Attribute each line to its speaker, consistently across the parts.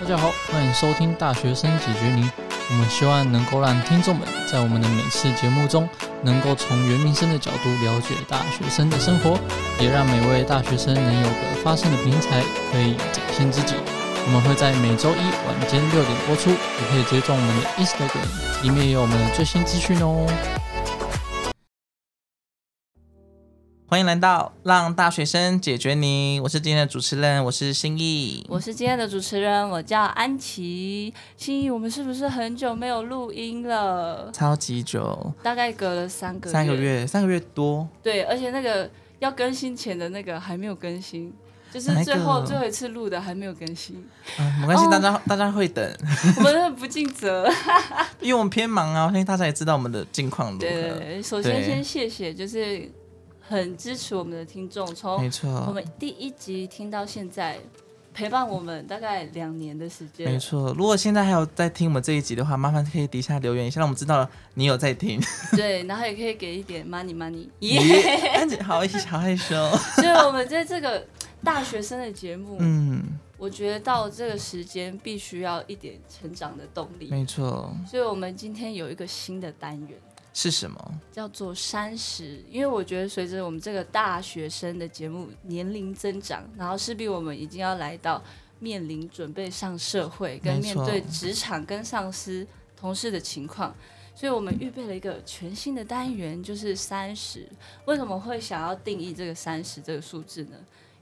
Speaker 1: 大家好，欢迎收听《大学生解决您》，我们希望能够让听众们在我们的每次节目中，能够从原民生的角度了解大学生的生活，也让每位大学生能有个发声的平台，可以展现自己。我们会在每周一晚间六点播出，也可以追踪我们的 Instagram，里面也有我们的最新资讯哦。
Speaker 2: 欢迎来到让大学生解决你，我是今天的主持人，我是新意。
Speaker 3: 我是今天的主持人，我叫安琪。心怡，我们是不是很久没有录音了？
Speaker 2: 超级久，
Speaker 3: 大概隔了三个
Speaker 2: 三个。月，三个月多，
Speaker 3: 对，而且那个要更新前的那个还没有更新，就是
Speaker 2: 哪一个
Speaker 3: 最后最后一次录的还没有更新，
Speaker 2: 嗯，没关系，
Speaker 3: 哦
Speaker 2: 大家大家会等，
Speaker 3: 我们很不尽 责。
Speaker 2: 因为我们偏忙啊，我相信大家也知道我们的近况如
Speaker 3: 对对
Speaker 2: 何。
Speaker 3: 对，首先
Speaker 2: 对
Speaker 3: 先谢谢，就是很支持我们的听众，从
Speaker 2: 没错，
Speaker 3: 哦我们第一集听到现在，陪伴我们大概两年的时间。
Speaker 2: 没错。如果现在还有在听我们这一集的话，麻烦可以底下留言一下，让我们知道你有在 听。
Speaker 3: 对，然后也可以给一点 money money。
Speaker 2: 安姐 好好害 羞，
Speaker 3: 所以我们在这个大学生的节目，
Speaker 2: 嗯，
Speaker 3: 我觉得到这个时间必须要一点成长的动力。
Speaker 2: 没错，
Speaker 3: 所以我们今天有一个新的单元
Speaker 2: 是什么？
Speaker 3: 叫做三十，因为我觉得随着我们这个大学生的节目年龄增长，然后势必我们已经要来到面临准备上社会跟
Speaker 2: 没
Speaker 3: 面
Speaker 2: 错
Speaker 3: 对职场跟上司同事的情况。所以我们预备了一个全新的单元，就是三十。为什么会想要定义这个三十这个数字呢？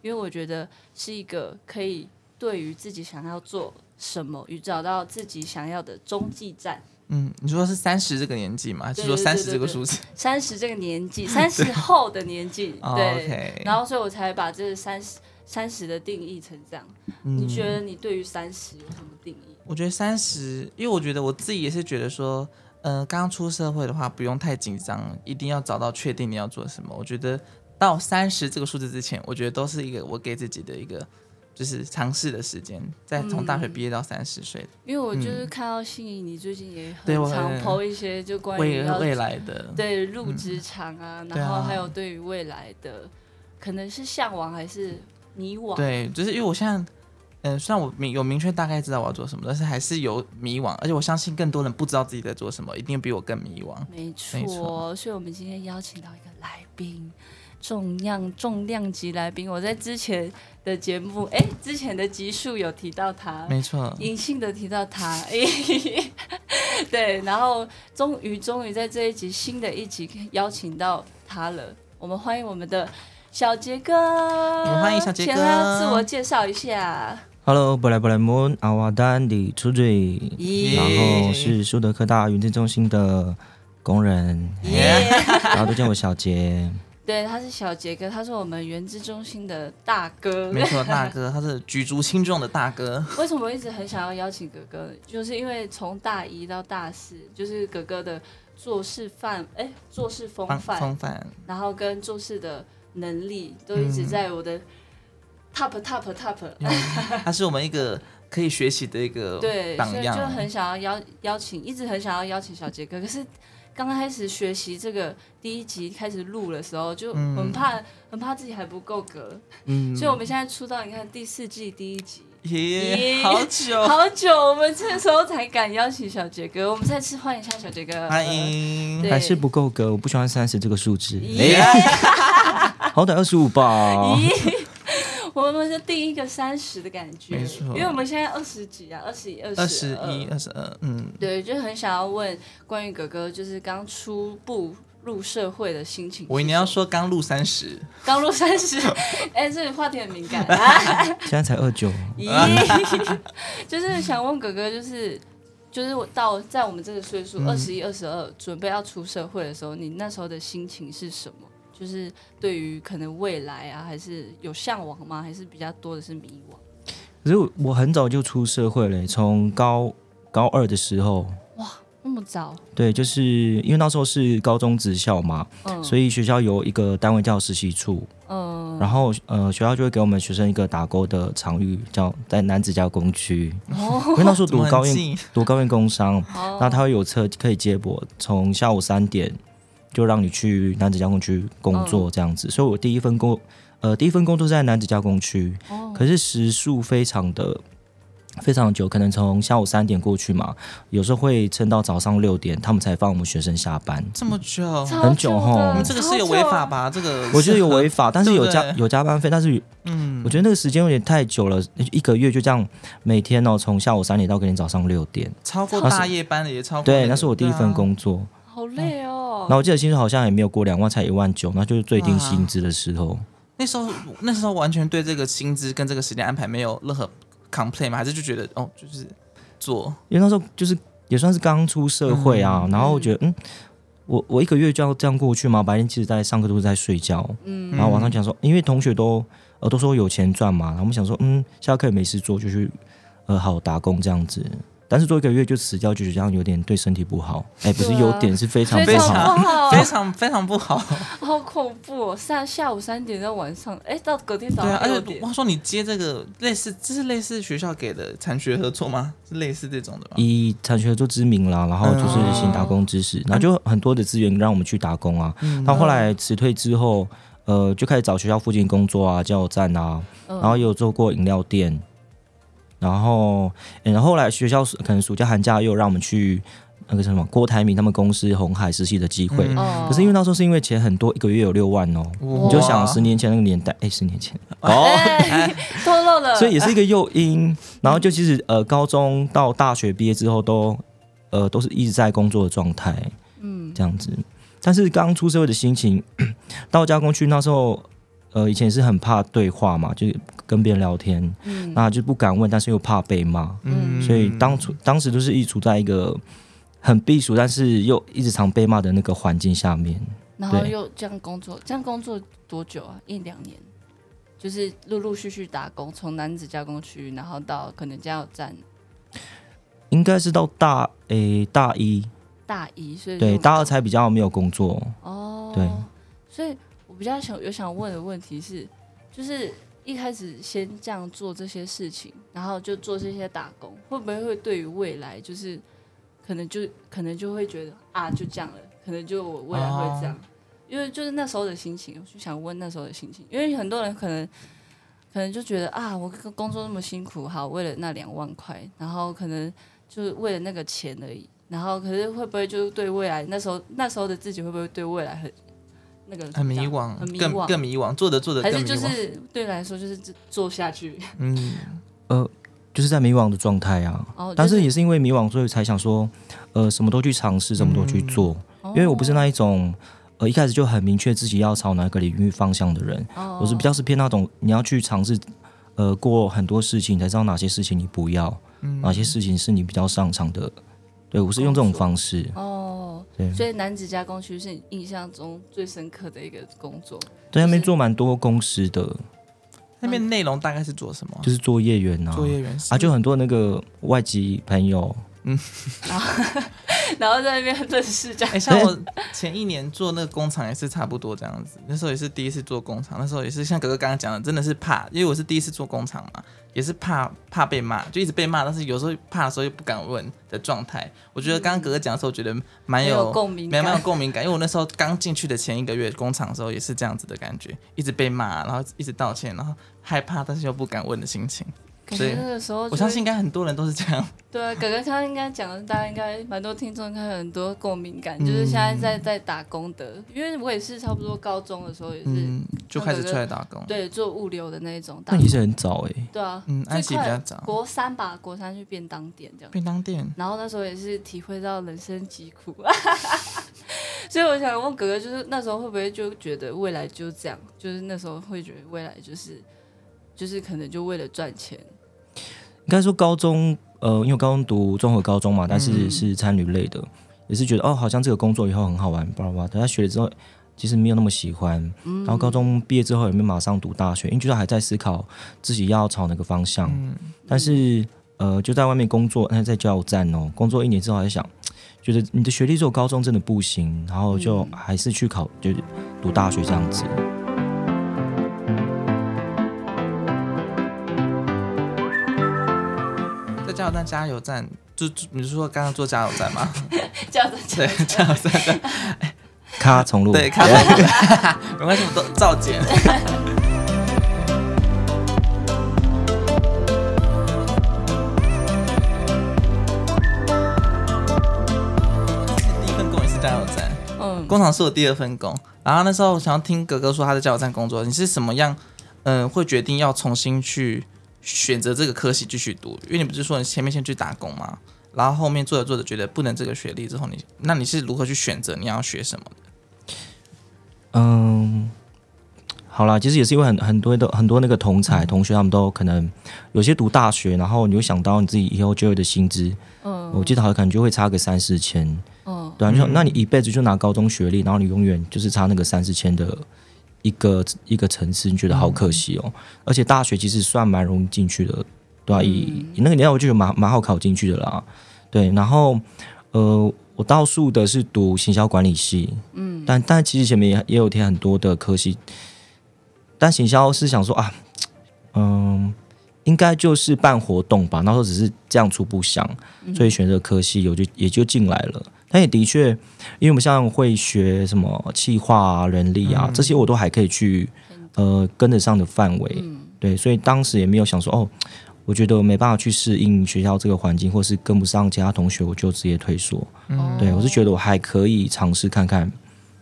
Speaker 3: 因为我觉得是一个可以对于自己想要做什么与找到自己想要的中继站。
Speaker 2: 嗯，你说是三十这个年纪吗？还是说
Speaker 3: 对对对
Speaker 2: 三
Speaker 3: 对
Speaker 2: 十这个
Speaker 3: 对
Speaker 2: 数字
Speaker 3: 三十这个年纪，三十后的年纪，
Speaker 2: 哦
Speaker 3: 对。
Speaker 2: ？OK，
Speaker 3: 然后，所以我才把这三十三十的定义成这样。
Speaker 2: 嗯
Speaker 3: 你觉得你对于三十有什么定义？
Speaker 2: 我觉得三十，因为我觉得我自己也是觉得说，呃，刚出社会的话不用太紧张，一定要找到确定你要做什么。我觉得到三十这个数字之前，我觉得都是一个我给自己的一个就是尝试的时间，在从大学
Speaker 3: 嗯
Speaker 2: 毕业到三十岁，
Speaker 3: 因为我就是看到心仪，你最近也
Speaker 2: 对
Speaker 3: 很
Speaker 2: 我
Speaker 3: 常抛一些就关于
Speaker 2: 未
Speaker 3: 要
Speaker 2: 未来的
Speaker 3: 对入职场啊，
Speaker 2: 对
Speaker 3: 然
Speaker 2: 啊
Speaker 3: 后还有对于未来的，可能是向往还是迷惘。
Speaker 2: 对，就是因为我现在，嗯、虽然我明有明确大概知道我要做什么，但是还是有迷惘，而且我相信更多人不知道自己在做什么，一定比我更迷惘。
Speaker 3: 没
Speaker 2: 没
Speaker 3: 错，
Speaker 2: 错
Speaker 3: 所以我们今天邀请到一个来宾，重量重量级来宾。我在之前的节目，哎，之前的集数有提到他，
Speaker 2: 没错，
Speaker 3: 隐性的提到他，哎， 对，然后终于终于在这一集新的一集邀请到他了，我们欢迎我们的。小杰哥，我
Speaker 2: 们欢迎小杰哥
Speaker 3: 他自我介绍一下。
Speaker 4: Hello，布莱布莱蒙阿瓦丹里出嘴，
Speaker 3: 咦
Speaker 4: 然后是苏德科大云振中心的工人，
Speaker 3: 耶
Speaker 4: 大家都叫我小杰。
Speaker 3: 对，他是小杰哥，他是我们原知中心的大哥。
Speaker 2: 没错，大哥，他是举足轻重的大哥。
Speaker 3: 为什么我一直很想要邀请哥哥呢？就是因为从大一到大四，就是哥哥的做事范，哎、做事风
Speaker 2: 方
Speaker 3: 范，
Speaker 2: 风范，
Speaker 3: 然后跟做事的能力，都一直在我的 top top top。
Speaker 2: 他是我们一个可以学习的一个
Speaker 3: 对，所
Speaker 2: 榜
Speaker 3: 以就
Speaker 2: 样。
Speaker 3: 很想要邀邀请，一直很想要邀请小杰哥。可是刚开始学习这个第一集开始录的时候，就
Speaker 2: 嗯
Speaker 3: 很怕，很怕自己还不够格。
Speaker 2: 嗯
Speaker 3: 所以我们现在出道，你看第四季第一集。
Speaker 2: 耶，
Speaker 3: 耶
Speaker 2: 好久，
Speaker 3: 好久，我们这时候才敢邀请小杰哥，我们再次欢迎一下小杰哥，
Speaker 2: 欢。迎
Speaker 3: 对。
Speaker 4: 还是不够格，我不喜欢三十这个数字，
Speaker 3: 耶、
Speaker 2: 哎
Speaker 4: 好歹二十五吧。
Speaker 3: 我们是第一个三十的感觉，
Speaker 2: 没错
Speaker 3: 因为我们现在二十几啊，二十一、二
Speaker 2: 二十一、
Speaker 3: 二，
Speaker 2: 二十二，嗯，
Speaker 3: 对，就很想要问关于哥哥，就是刚初步入社会的心情。
Speaker 2: 我一定要，说刚入三十，
Speaker 3: 刚入三十， 哎、这个话题很 敏感。啊
Speaker 4: 现在才二九，
Speaker 3: 咦， 就是想问哥哥，就是就是我到在我们这个岁数，二十一、二十二，准备要出社会的时候，你那时候的心情是什么？就是对于可能未来啊，还是有向往吗？还是比较多的是迷惘？
Speaker 4: 可是我我很早就出社会了，从高高二的时候，
Speaker 3: 那么早，
Speaker 4: 对，就是因为那时候是高中职校嘛，
Speaker 3: 嗯，
Speaker 4: 所以学校有一个单位叫实习处，
Speaker 3: 嗯，
Speaker 4: 然后呃学校就会给我们学生一个打勾的场域，叫在男子教工区。
Speaker 3: 哦，
Speaker 4: 因为那时候
Speaker 2: 怎
Speaker 4: 读
Speaker 2: 么
Speaker 4: 高
Speaker 2: 很
Speaker 4: 院，
Speaker 2: 近？哦
Speaker 4: 读高院工商，
Speaker 3: 好，
Speaker 4: 那他会有车可以接驳，从下午三点就让你去男子加工区工
Speaker 2: 哦
Speaker 4: 作这样子。所以我第一份工，呃，第一份工作是在男子加工区，
Speaker 3: 哦
Speaker 4: 可是时数非常的非常久，可能从下午三点过去嘛，有时候会撑到早上六点，他们才放我们学生下班。
Speaker 2: 这么久，
Speaker 3: 超啊
Speaker 4: 很久吼
Speaker 3: 的
Speaker 4: 嗯
Speaker 2: 这个是有违法？吧？这个
Speaker 4: 我觉得有违法，但是有
Speaker 2: 对
Speaker 4: 加有加班费，但是
Speaker 2: 嗯，
Speaker 4: 我觉得那个时间有点太久了，一个月就这样每天哦，从下午三点到隔天早上六点。
Speaker 2: 超过
Speaker 4: 那是
Speaker 2: 大夜班的也超过个、啊
Speaker 4: 对，那是我第一份工作，
Speaker 3: 超久好累哦。
Speaker 4: 嗯然后我记得薪水好像也没有过两万，才一万九，那就是最低薪资的时候。
Speaker 2: 对啊。那时候那时候完全对这个薪资跟这个时间安排没有任何 complain 吗？还是就觉得哦，就是做
Speaker 4: 因为那时候就是也算是刚出社会啊，然后我觉得嗯，我我一个月就要这样过去吗？白天其实在上课都是在睡觉，
Speaker 3: 嗯，
Speaker 4: 然后晚上想说，因为同学都呃都说有钱赚嘛，然后我们想说，嗯，下课也没事做，就去呃好打工这样子。但是做一个月就辞掉，就觉得这样有点对身体不好。哎，不是
Speaker 3: 对啊
Speaker 4: 有点，是非常
Speaker 3: 非
Speaker 4: 不
Speaker 3: 常
Speaker 4: 好。
Speaker 3: 不好，
Speaker 2: 非常非常不好。
Speaker 3: 好恐怖哦！下下午三点到晚上，哎，到隔天早
Speaker 2: 对啊，
Speaker 3: 上
Speaker 2: 而
Speaker 3: 六
Speaker 2: 且
Speaker 3: 点，
Speaker 2: 话说你接这个类似，这是类似学校给的产学合作吗？是类似这种的吗？
Speaker 4: 以产学做知名啦，然后
Speaker 3: 嗯
Speaker 4: 就是行打工知识，然后就很多的资源让我们去打工啊。
Speaker 2: 嗯
Speaker 4: 到后来辞退之后，呃，就开始找学校附近工作啊，加油站
Speaker 2: 嗯
Speaker 4: 啊，
Speaker 3: 然
Speaker 4: 然后也有做过饮料店，然后，诶然后后来学校暑可能暑假寒假又让我们去那个什么郭台铭他们公司红海实习的机会，
Speaker 2: 嗯
Speaker 3: 哦
Speaker 4: 可是因为那时候是因为钱很多，一个月有六万哦，
Speaker 2: 哇
Speaker 4: 你就想 十年前那个年代，哎，十年前，
Speaker 3: 哎 透露了，
Speaker 4: 所以也是一个诱因。然后就其实呃，高中到大学毕业之后都呃都是一直在工作的状态，
Speaker 3: 嗯
Speaker 4: 这样子。但是刚出社会的心情， 到加工区那时候，呃，以前也是很怕对话嘛，就是跟别人聊天，
Speaker 3: 嗯
Speaker 4: 那就不敢问，但是又怕被骂，
Speaker 3: 嗯
Speaker 4: 所以当初当时都是一直处在一个很避暑，但是又一直常被骂的那个环境下面。
Speaker 3: 然后
Speaker 4: 对
Speaker 3: 又这样工作，这样工作多久啊？一两年，就是陆陆续续打工，从男子加工区，然后到可能加油站
Speaker 4: 应该是到大诶、大一，
Speaker 3: 大一，所以
Speaker 4: 对
Speaker 3: 就
Speaker 4: 大二才比较没有工作。
Speaker 3: 哦，
Speaker 4: 对，
Speaker 3: 所以我比较想有想问的问题是，就是一开始先这样做这些事情，然后就做这些打工，会不会会对于未来就是可能就可能就会觉得啊就这样了，可能就我未来会这样，因为就是那时候的心情，我就想问那时候的心情，因为很多人可能。可能就觉得啊，我工作那么辛苦，好为了那两万块，然后可能就是为了那个钱而已。然后可是会不会就是对未来那时候那时候的自己会不会对未来很那个
Speaker 4: 啊
Speaker 2: 很迷
Speaker 3: 怎
Speaker 2: 惘
Speaker 3: 么讲很，迷
Speaker 2: 更
Speaker 3: 惘，
Speaker 2: 更迷惘，做着做着
Speaker 3: 还
Speaker 2: 更
Speaker 3: 是
Speaker 2: 迷
Speaker 3: 就
Speaker 2: 惘。
Speaker 3: 是对你来说就是只做下去，
Speaker 2: 嗯，
Speaker 4: 就是在迷惘的状态啊。
Speaker 3: 然后
Speaker 4: 但是也是因为迷惘，所以才想说，呃，什么都去尝试，什么都
Speaker 2: 嗯
Speaker 4: 去做。因为我
Speaker 3: 哦
Speaker 4: 不是那一种，呃，一开始就很明确自己要朝哪个领域方向的人。
Speaker 3: 哦
Speaker 4: 我是比较是偏那种你要去尝试，呃，过很多事情，才知道哪些事情你不要，
Speaker 2: 嗯
Speaker 4: 哪
Speaker 3: 嗯
Speaker 4: 些事情是你比较擅长的。对我是用这种方式。
Speaker 3: 哦，
Speaker 4: 对，
Speaker 3: 所以男子加工区是你印象中最深刻的一个工作，
Speaker 4: 在那边做蛮多公司的，
Speaker 2: 那边内容大概是做什么啊？
Speaker 4: 就是作业员啊，
Speaker 2: 作业员是
Speaker 4: 啊，就很多那个外籍朋友，
Speaker 3: 嗯然后在那边认识这样
Speaker 2: 哎、像我前一年做那个工厂也是差不多这样子，那时候也是第一次做工厂，那时候也是像哥哥刚刚讲的，真的是怕，因为我是第一次做工厂嘛，也是怕怕被骂，就一直被骂，但是有时候怕的时候又不敢问的状态。我觉得刚刚哥哥讲的时候，我觉得蛮
Speaker 3: 很
Speaker 2: 有
Speaker 3: 有共鸣
Speaker 2: 蛮
Speaker 3: 感
Speaker 2: 蛮有共鸣感，因为我那时候刚进去的前一个月工厂的时候也是这样子的感觉，一直被骂，然后一直道歉，然后害怕但是又不敢问的心情。
Speaker 3: 感
Speaker 2: 所以
Speaker 3: 觉那个时候就
Speaker 2: 我
Speaker 3: 会
Speaker 2: 相信应该很多人都是这样，
Speaker 3: 对啊，哥哥他应该讲的，大家应该蛮多听众应该有很多共鸣
Speaker 4: 嗯
Speaker 3: 感，就是现在在在打工的，因为我也是差不多高中的时候也是、
Speaker 2: 嗯，就开始出来打工。
Speaker 3: 对做物流的那一种打
Speaker 4: 那
Speaker 3: 工
Speaker 4: 也，是很早哎、
Speaker 3: 对啊，
Speaker 2: 嗯，安琪
Speaker 3: 最
Speaker 2: 比较
Speaker 3: 快
Speaker 2: 早，
Speaker 3: 国三吧，国三去便当店这样。
Speaker 2: 便当店。
Speaker 3: 然后那时候也是体会到人生疾苦， 所以我想问哥哥，就是那时候会不会就觉得未来就这样？就是那时候会觉得未来就是就是可能就为了赚钱，
Speaker 4: 应该说高中，呃，因为我高中读综合高中嘛，但是
Speaker 3: 嗯
Speaker 4: 是参旅类的，也是觉得哦，好像这个工作以后很好玩，巴拉巴拉。但他学了之后，其实没有那么喜欢。然后高中毕业之后也没有马上读大学，因为就是还在思考自己要朝哪个方向。
Speaker 2: 嗯，
Speaker 4: 但是呃，就在外面工作，那在加油站哦，工作一年之后还在想，觉得你的学历只有高中真的不行，然后就
Speaker 3: 嗯
Speaker 4: 还是去考，就是读大学这样子。
Speaker 2: 在加油站，加油站，就就你是说刚刚做加油站吗？
Speaker 3: 这样子
Speaker 2: 对， 加油站，
Speaker 4: 咔，重录。
Speaker 2: 对，看到 没关系，我都照剪。
Speaker 3: 嗯
Speaker 2: 工厂是我第二份工。然后那时候我想要听格格说他在加油站工作，你是什么样，嗯、会决定要重新去选择这个科系继续读？因为你不是说你前面先去打工吗？然后后面做着做着觉得不能这个学历之后你，那你是如何去选择你要学什么的？
Speaker 4: 嗯，好啦，其实也是因为很很多的很多那个同
Speaker 3: 嗯
Speaker 4: 才同学，他们都可能有些读大学，然后你就想到你自己以后就业的薪资，
Speaker 3: 嗯
Speaker 4: 我记得好像可能就会差个三四千，
Speaker 3: 嗯
Speaker 4: 对啊，就想
Speaker 2: 嗯
Speaker 4: 那你一辈子就拿高中学历，然后你永远就是差那个三四千的一个一个层次，你觉得好可惜哦。而且大学其实算蛮容易进去的，对啊，以以那个年代我就觉得蛮蛮好考进去的啦。对，然后呃，我倒数的是读行销管理系，嗯，但但其实前面也也有填很多的科系，但行销是想说啊，嗯。应该就是办活动吧，那时候只是这样初步想，所以选择科系，我就也就进来了。但也的确，因为我们像会学什么气化啊、人力啊、这些，我都还可以去呃跟得上的范围、对，所以当时也没有想说哦，我觉得我没办法去适应学校这个环境，或是跟不上其他同学，我就直接退缩。
Speaker 3: 嗯
Speaker 4: 对我是觉得我还可以尝试看看，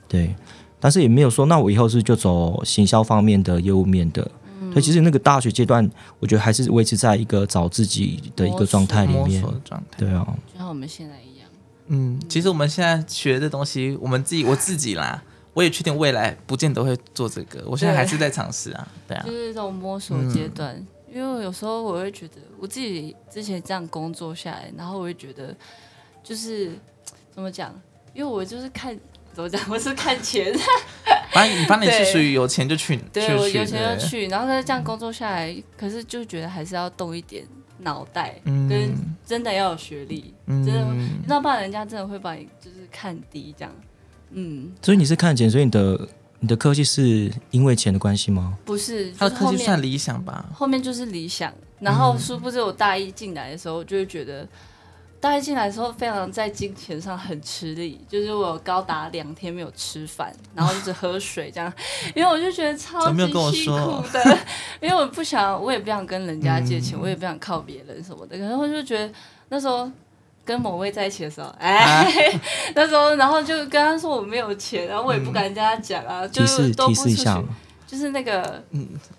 Speaker 4: 对，但是也没有说那我以后是就走行销方面的业务面的。
Speaker 3: 嗯
Speaker 4: 对，其实那个大学阶段，我觉得还是维持在一个找自己的一个状态里
Speaker 2: 摸
Speaker 4: 面
Speaker 2: 索。的状态。
Speaker 4: 对啊，
Speaker 3: 哦就像我们现在一样，
Speaker 2: 嗯，其实我们现在学的东西，我们自己我自己啦，我也确定未来不见得会做这个，我现在还是在尝试啊，对啊嗯
Speaker 3: 就，是这种摸索阶段。因为有时候我会觉得，我自己之前这样工作下来，然后我会觉得，就是怎么讲？因为我就是看怎么讲，我是 看钱，
Speaker 2: 反正你反正你是
Speaker 3: 对
Speaker 2: 属于有钱就去，
Speaker 3: 对
Speaker 2: 就
Speaker 3: 我
Speaker 2: 去
Speaker 3: 有钱
Speaker 2: 对
Speaker 3: 就去，然后但是这样工作下来，可是就觉得还是要动一点脑袋，
Speaker 2: 嗯
Speaker 3: 跟真的要有学历，真的
Speaker 2: 嗯，
Speaker 3: 要不然人家真的会把你就是看低这样。嗯，
Speaker 4: 所以你是看钱，所以你的你的科技是因为钱的关系吗？
Speaker 3: 不是，就
Speaker 2: 他
Speaker 3: 是
Speaker 2: 的
Speaker 3: 后
Speaker 2: 科技
Speaker 3: 面
Speaker 2: 算理想吧，
Speaker 3: 后面就是理想，然后
Speaker 2: 嗯
Speaker 3: 殊不知我大一进来的时候，我就会觉得大一进来的时候非常在金钱上很吃力，就是我有高达两天没有吃饭，然后就只喝水这样， 因为我就觉得超
Speaker 2: 怎么没
Speaker 3: 级
Speaker 2: 有跟我
Speaker 3: 辛苦
Speaker 2: 说
Speaker 3: 的， 因为我不想，我也不想跟人家借
Speaker 2: 嗯
Speaker 3: 钱，我也不想靠别人什么的，可是我就觉得那时候。跟某位在一起的时候，
Speaker 2: 啊
Speaker 3: 哎， 那时候，然后就跟他说我没有钱，然后我也
Speaker 2: 嗯
Speaker 3: 不敢跟他讲啊，就
Speaker 4: 提
Speaker 3: 是
Speaker 4: 示
Speaker 3: 都不
Speaker 4: 提
Speaker 3: 出
Speaker 4: 示一
Speaker 3: 去，
Speaker 4: 下
Speaker 3: 就是那个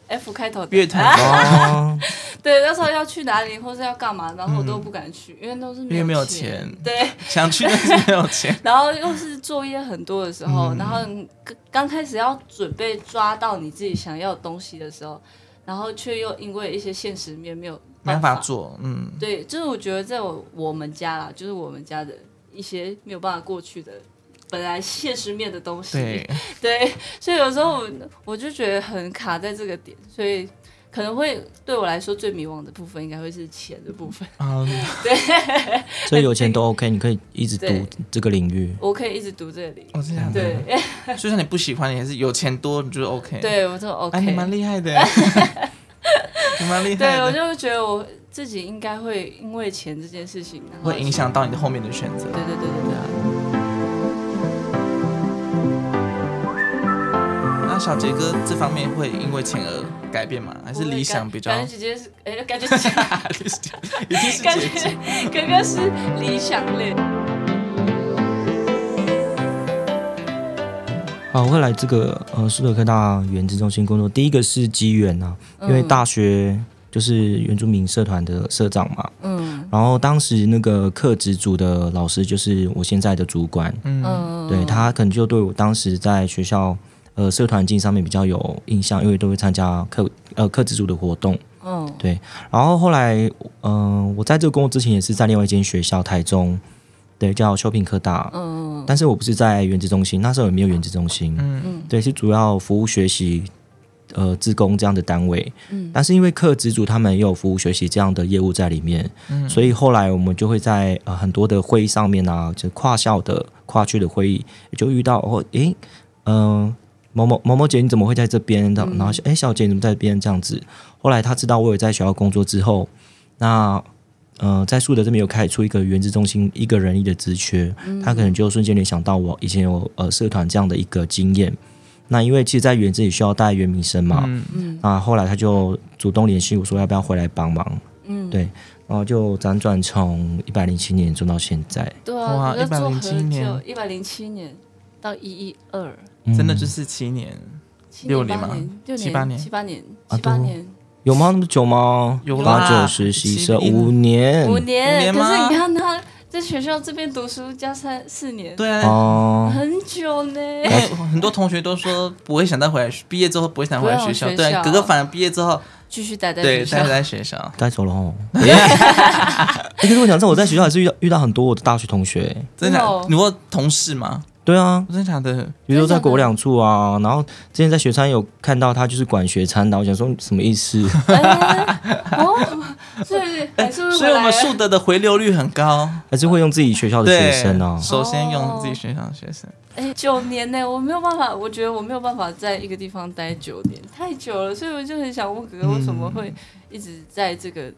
Speaker 3: F 开头的
Speaker 2: 嗯 乐团
Speaker 3: 啊
Speaker 4: 哦，
Speaker 3: 对，那时候要去哪里或是要干嘛，然后我都不敢去，因为都是
Speaker 2: 嗯因为没有
Speaker 3: 钱。
Speaker 2: 钱
Speaker 3: 对，
Speaker 2: 想去但是没有 钱，
Speaker 3: 然后又是作业很多的时候，然后
Speaker 2: 嗯
Speaker 3: 你刚刚开始要准备抓到你自己想要的东西的时候，然后却又因为一些现实面没有
Speaker 2: 没办
Speaker 3: 法
Speaker 2: 法。做，嗯，
Speaker 3: 对，就是我觉得在我我们家啦，就是我们家的一些没有办法过去的。本来现实面的东西，
Speaker 2: 对，
Speaker 3: 对，所以有时候我我就觉得很卡在这个点，所以可能会对我来说最迷惘的部分，应该会是钱的部分。
Speaker 2: 嗯，
Speaker 4: 所以 有钱都 OK，你可以一直
Speaker 3: 对
Speaker 4: 读这个领域。
Speaker 3: 我可以一直读这里。
Speaker 2: 我是想，
Speaker 3: 对，
Speaker 2: 就算你不喜欢，你还是有钱多，你就 OK，，
Speaker 3: 对我就
Speaker 2: 哎，你
Speaker 3: OK。
Speaker 2: 蛮厉害 的，你蛮厉害
Speaker 3: 对，我
Speaker 2: 的，
Speaker 3: 就觉得我自己应该会因为钱这件事情，然后
Speaker 2: 会影。响到你的后面的选择，
Speaker 3: 对对对对
Speaker 2: 对啊。那小杰哥这方面会因为钱而改变吗？还
Speaker 3: 对，
Speaker 2: 是理想比较？
Speaker 3: 感觉姐姐是，哎，感觉姐姐
Speaker 2: 一定是
Speaker 3: 感
Speaker 2: 姐
Speaker 3: 觉
Speaker 2: 姐。
Speaker 3: 哥哥是理想类。
Speaker 4: 好，啊我会来这个呃苏德科大原子中心工作。第一个是机缘啊，因
Speaker 3: 嗯
Speaker 4: 为大学就是原住民社团的社长嘛，
Speaker 3: 嗯
Speaker 4: 然后当时那个课职组的老师就是我现在的主管，
Speaker 3: 嗯，
Speaker 4: 对他可能就对我当时在学校呃社团经上面比较有印象，因为都会参加课呃课职组的活动。
Speaker 3: 嗯
Speaker 4: 然后后来，嗯、我在这个工作之前也是在另外一间学校，台中，对，叫修平科大，
Speaker 3: 嗯
Speaker 4: 但是我不是在原子中心，那时候也没有原子中心，
Speaker 3: 嗯
Speaker 4: 对，是主要服务学习，呃，自工这样的单位，
Speaker 3: 嗯
Speaker 4: 但是因为课职组他们也有服务学习这样的业务在里面，所以后来我们就会在呃很多的会议上面啊，就跨校的、跨区的会议，就遇到哦，诶，嗯、某某某某姐，你怎么会在这边？然后然后诶，小姐你怎么在这边？这样子。后来他知道我有在学校工作之后，那呃，在树德这边有开出一个原子中心一个人力的职缺，他可能就瞬间联想到我以前有呃社团这样的一个经验。那因为其实，在园子里需要带原民生嘛，
Speaker 3: 嗯
Speaker 4: 那后来他就主动联系我说要不要回来帮忙，
Speaker 3: 嗯，
Speaker 4: 对然后就辗转从一百零七年做到现在。
Speaker 3: 对
Speaker 2: 哇
Speaker 3: 啊，哥哥做
Speaker 2: 107
Speaker 3: 很久，
Speaker 2: 年
Speaker 3: 一百零七年，到一一二，
Speaker 2: 真的
Speaker 4: 嗯
Speaker 2: 就是七年，
Speaker 3: 七
Speaker 2: 六
Speaker 3: 年
Speaker 2: 年
Speaker 3: 八
Speaker 2: 吗
Speaker 3: 年六
Speaker 2: 七八年
Speaker 3: 七八年
Speaker 4: 啊
Speaker 3: 七八
Speaker 4: 都
Speaker 3: 年
Speaker 4: 有吗？那么久吗？
Speaker 2: 有
Speaker 4: 八
Speaker 2: 啦
Speaker 4: 九十十一
Speaker 2: 七
Speaker 4: 十二
Speaker 2: 一
Speaker 4: 哎五年
Speaker 3: 五
Speaker 2: 五
Speaker 3: 年，
Speaker 2: 年
Speaker 3: 可是
Speaker 2: 吗
Speaker 3: 你看他在学校这边读书加三四年，
Speaker 2: 对啊。
Speaker 4: 哦，
Speaker 3: 很久呢。
Speaker 2: 因为很多同学都说不会想到回来，毕业之后不会想回来学校。
Speaker 3: 不会回
Speaker 2: 对
Speaker 3: 学校
Speaker 2: 啊，哥哥反而毕业之后，
Speaker 3: 继续待在
Speaker 2: 对
Speaker 3: 学校
Speaker 2: 待，在学校。
Speaker 4: 该走了哦。 哎，可是我想知道，我在学校还是遇到遇到很多我的大学同学。
Speaker 2: 真的假
Speaker 3: 哦
Speaker 2: 的，你问同事吗？
Speaker 4: 对啊，
Speaker 2: 我真的假的？
Speaker 4: 比如说在国两处啊，然后之前在学餐有看到他就是管学餐的，我想说什么意思？
Speaker 3: 哎哦，所以还是会
Speaker 4: 哎
Speaker 2: 所
Speaker 3: 回
Speaker 2: 以我
Speaker 3: 来
Speaker 2: 们树德的回流率很高。
Speaker 4: 还是会用自己学校的学
Speaker 2: 对，
Speaker 4: 生啊？
Speaker 2: 首先用自己学校的学生。
Speaker 3: 哎，九年呢，我没有办法，我觉得我没有办法在一个地方待九年，太久了，所以我就很想问哥哥，为什么会一直在这个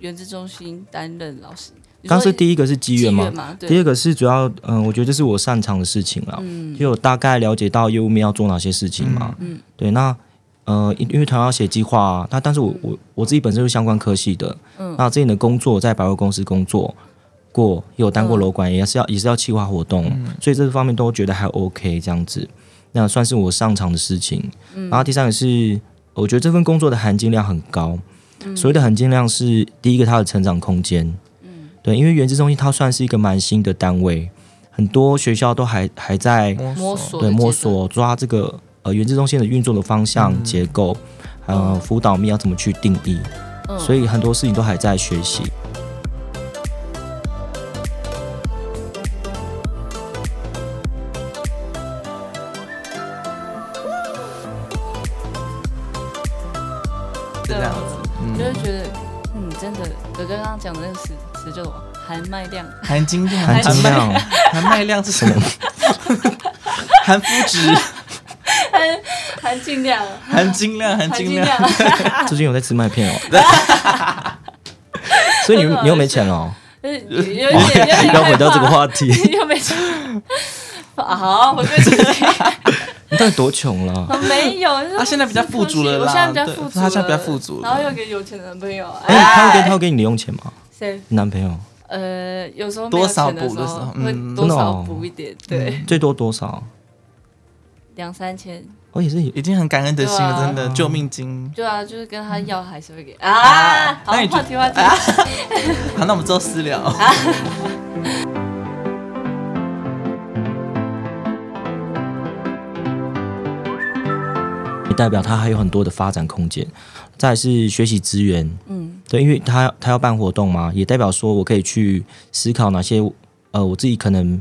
Speaker 3: 原子中心担任老师？你
Speaker 4: 刚刚
Speaker 3: 说
Speaker 4: 是第一个是机
Speaker 3: 机
Speaker 4: 缘嘛
Speaker 3: 缘，嘛？
Speaker 4: 第
Speaker 3: 对，
Speaker 4: 二个是主要，嗯，我觉得这是我擅长的事情啦，
Speaker 3: 嗯
Speaker 4: 就我大概了解到业务面要做哪些事情嘛，
Speaker 3: 嗯嗯
Speaker 4: 对，那呃，因因为台湾要写计划、啊，那但是我我我自己本身是相关科系的，
Speaker 3: 嗯
Speaker 4: 那自己的工作在百货公司工作过，也有当过楼
Speaker 3: 嗯
Speaker 4: 管，也是要也是要企划活动，所以这方面都觉得还 OK 这样子，那算是我擅长的事情。
Speaker 3: 嗯
Speaker 4: 然后第三个是，我觉得这份工作的含金量很高，
Speaker 3: 嗯
Speaker 4: 所谓的含金量是第一个它的成长空间，
Speaker 3: 嗯
Speaker 4: 对，因为原子中心它算是一个蛮新的单位，很多学校都还还在
Speaker 3: 摸索
Speaker 4: 对
Speaker 3: 的
Speaker 4: 摸
Speaker 3: 阶段，
Speaker 4: 索抓这个呃原子中心的运作的方向、结构，呃辅导面要怎么去定义，
Speaker 3: 嗯
Speaker 4: 所以很多事情都还在学习。
Speaker 2: 是这样子，
Speaker 3: 就
Speaker 2: 嗯，
Speaker 3: 会觉得，嗯，真的，哥哥刚刚讲的那个词词叫什么？含麦量，
Speaker 2: 含金
Speaker 3: 嗯
Speaker 2: 量，
Speaker 4: 含 金量，
Speaker 2: 含麦量是什么？ 含肤质，
Speaker 3: 含含金量，
Speaker 2: 含金量，含
Speaker 3: 含
Speaker 2: 金
Speaker 3: 金
Speaker 2: 量。
Speaker 3: 量，
Speaker 4: 最近有在吃麦片哦， 所以你你又没钱了哦，
Speaker 3: 有点有点有点
Speaker 4: 要回到这个
Speaker 3: 害
Speaker 4: 话题，
Speaker 3: 怕又没错。好，回归主题，
Speaker 4: 你到底多穷 了？
Speaker 3: 没有。
Speaker 2: 他现在比较富足了
Speaker 3: 我
Speaker 2: 啦
Speaker 3: 现在比较
Speaker 2: 对
Speaker 3: 富足了，
Speaker 2: 他现在比较富足了
Speaker 3: 然后有个有钱的男朋友，
Speaker 4: 哎，
Speaker 3: 哎，
Speaker 4: 他会给他会给你零用钱吗？
Speaker 3: 谁？
Speaker 4: 男朋友
Speaker 3: 呃，有时候没有钱的
Speaker 2: 多少补
Speaker 3: 时候
Speaker 2: 的时候
Speaker 3: 会
Speaker 2: 嗯
Speaker 3: 多
Speaker 4: 真的
Speaker 3: 少
Speaker 4: 哦
Speaker 3: 补一点，对，
Speaker 4: 最多多少？
Speaker 3: 两三千。
Speaker 4: 哦，也是有
Speaker 2: 已经很感恩的心
Speaker 3: 对啊
Speaker 2: 了，真的救命金。
Speaker 3: 对啊，就是跟他要还是会给啊。好，
Speaker 2: 那你
Speaker 3: 话题话题。
Speaker 2: 好，那我们之后私聊。
Speaker 3: 啊
Speaker 4: 也代表他还有很多的发展空间。再来是学习资源，
Speaker 3: 嗯，
Speaker 4: 对，因为他他要办活动嘛，也代表说我可以去思考哪些呃我自己可能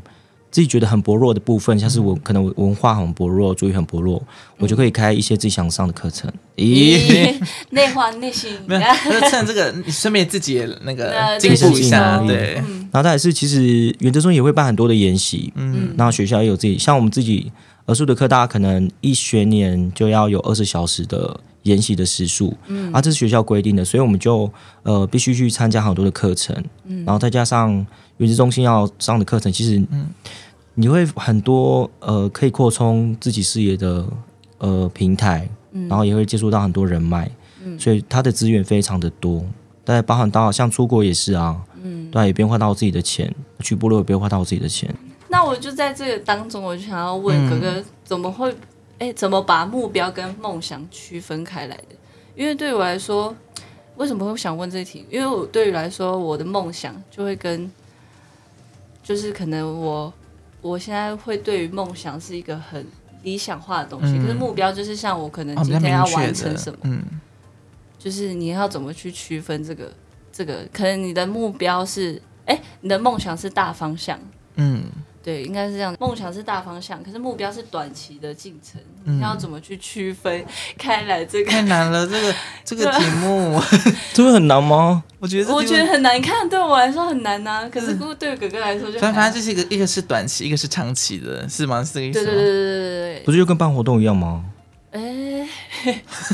Speaker 4: 自己觉得很薄弱的部分，像是我可能我文化很薄弱，主语很薄弱，我就可以开一些自己想上的课程。咦，
Speaker 3: 咦，内化内心，
Speaker 2: 没有，就是趁这个，你顺便自己也那
Speaker 3: 那
Speaker 2: 个进步一下，
Speaker 4: 对
Speaker 2: 对，
Speaker 3: 啊嗯
Speaker 4: 然后再来是其实原则中也会办很多的研习，
Speaker 2: 嗯，
Speaker 4: 然后学校也有自己，像我们自己俄数的课，大家可能一学年就要有二十小时的研习的时数，嗯，啊，这是学校规定的，所以我们就呃必须去参加很多的课程，嗯，然后再加上原子中心要上的课程，其实嗯，你会很多呃可以扩充自己视野的呃平台，
Speaker 3: 嗯
Speaker 4: 然后也会接触到很多人脉，嗯，所以它的资源非常的多。但包含到像出国也是啊，嗯，对啊，也不用花到自己的钱，去部落也不用花到自己的钱，
Speaker 3: 那我就在这个当中，我就想要
Speaker 2: 嗯
Speaker 3: 问哥哥，怎么会哎、怎么把目标跟梦想区分开来的？因为对我来说，为什么会想问这题？因为我对于来说，我的梦想就会跟，就是可能我我现在会对于梦想是一个很理想化的东西，
Speaker 2: 嗯
Speaker 3: 可是目标就是像我可能
Speaker 2: 哦比
Speaker 3: 今
Speaker 2: 较
Speaker 3: 天
Speaker 2: 明
Speaker 3: 要
Speaker 2: 确
Speaker 3: 完成什
Speaker 2: 的
Speaker 3: 么，，
Speaker 2: 嗯，
Speaker 3: 就是你要怎么去区分这个这个？可能你的目标是哎、你的梦想是大方向，
Speaker 2: 嗯，
Speaker 3: 对，应该是这样。梦想是大方向，可是目标是短期的进程，
Speaker 2: 嗯
Speaker 3: 你要怎么去区分 开 来这个？
Speaker 2: 太难了，这个这个题目，
Speaker 4: 这会很难吗？
Speaker 2: 我觉得这
Speaker 3: 啊我
Speaker 2: 题目
Speaker 3: 觉得很难看，对我来说很难呐、可是对哥哥来说就
Speaker 2: 反正
Speaker 3: 很
Speaker 2: 反
Speaker 3: 难
Speaker 2: 正。就是一个一个是短期，一个是长期的，是吗？是这个意思
Speaker 3: 对
Speaker 2: 吗？
Speaker 3: 对对对对对
Speaker 4: 不是就跟办活动一样吗？
Speaker 3: 对，哎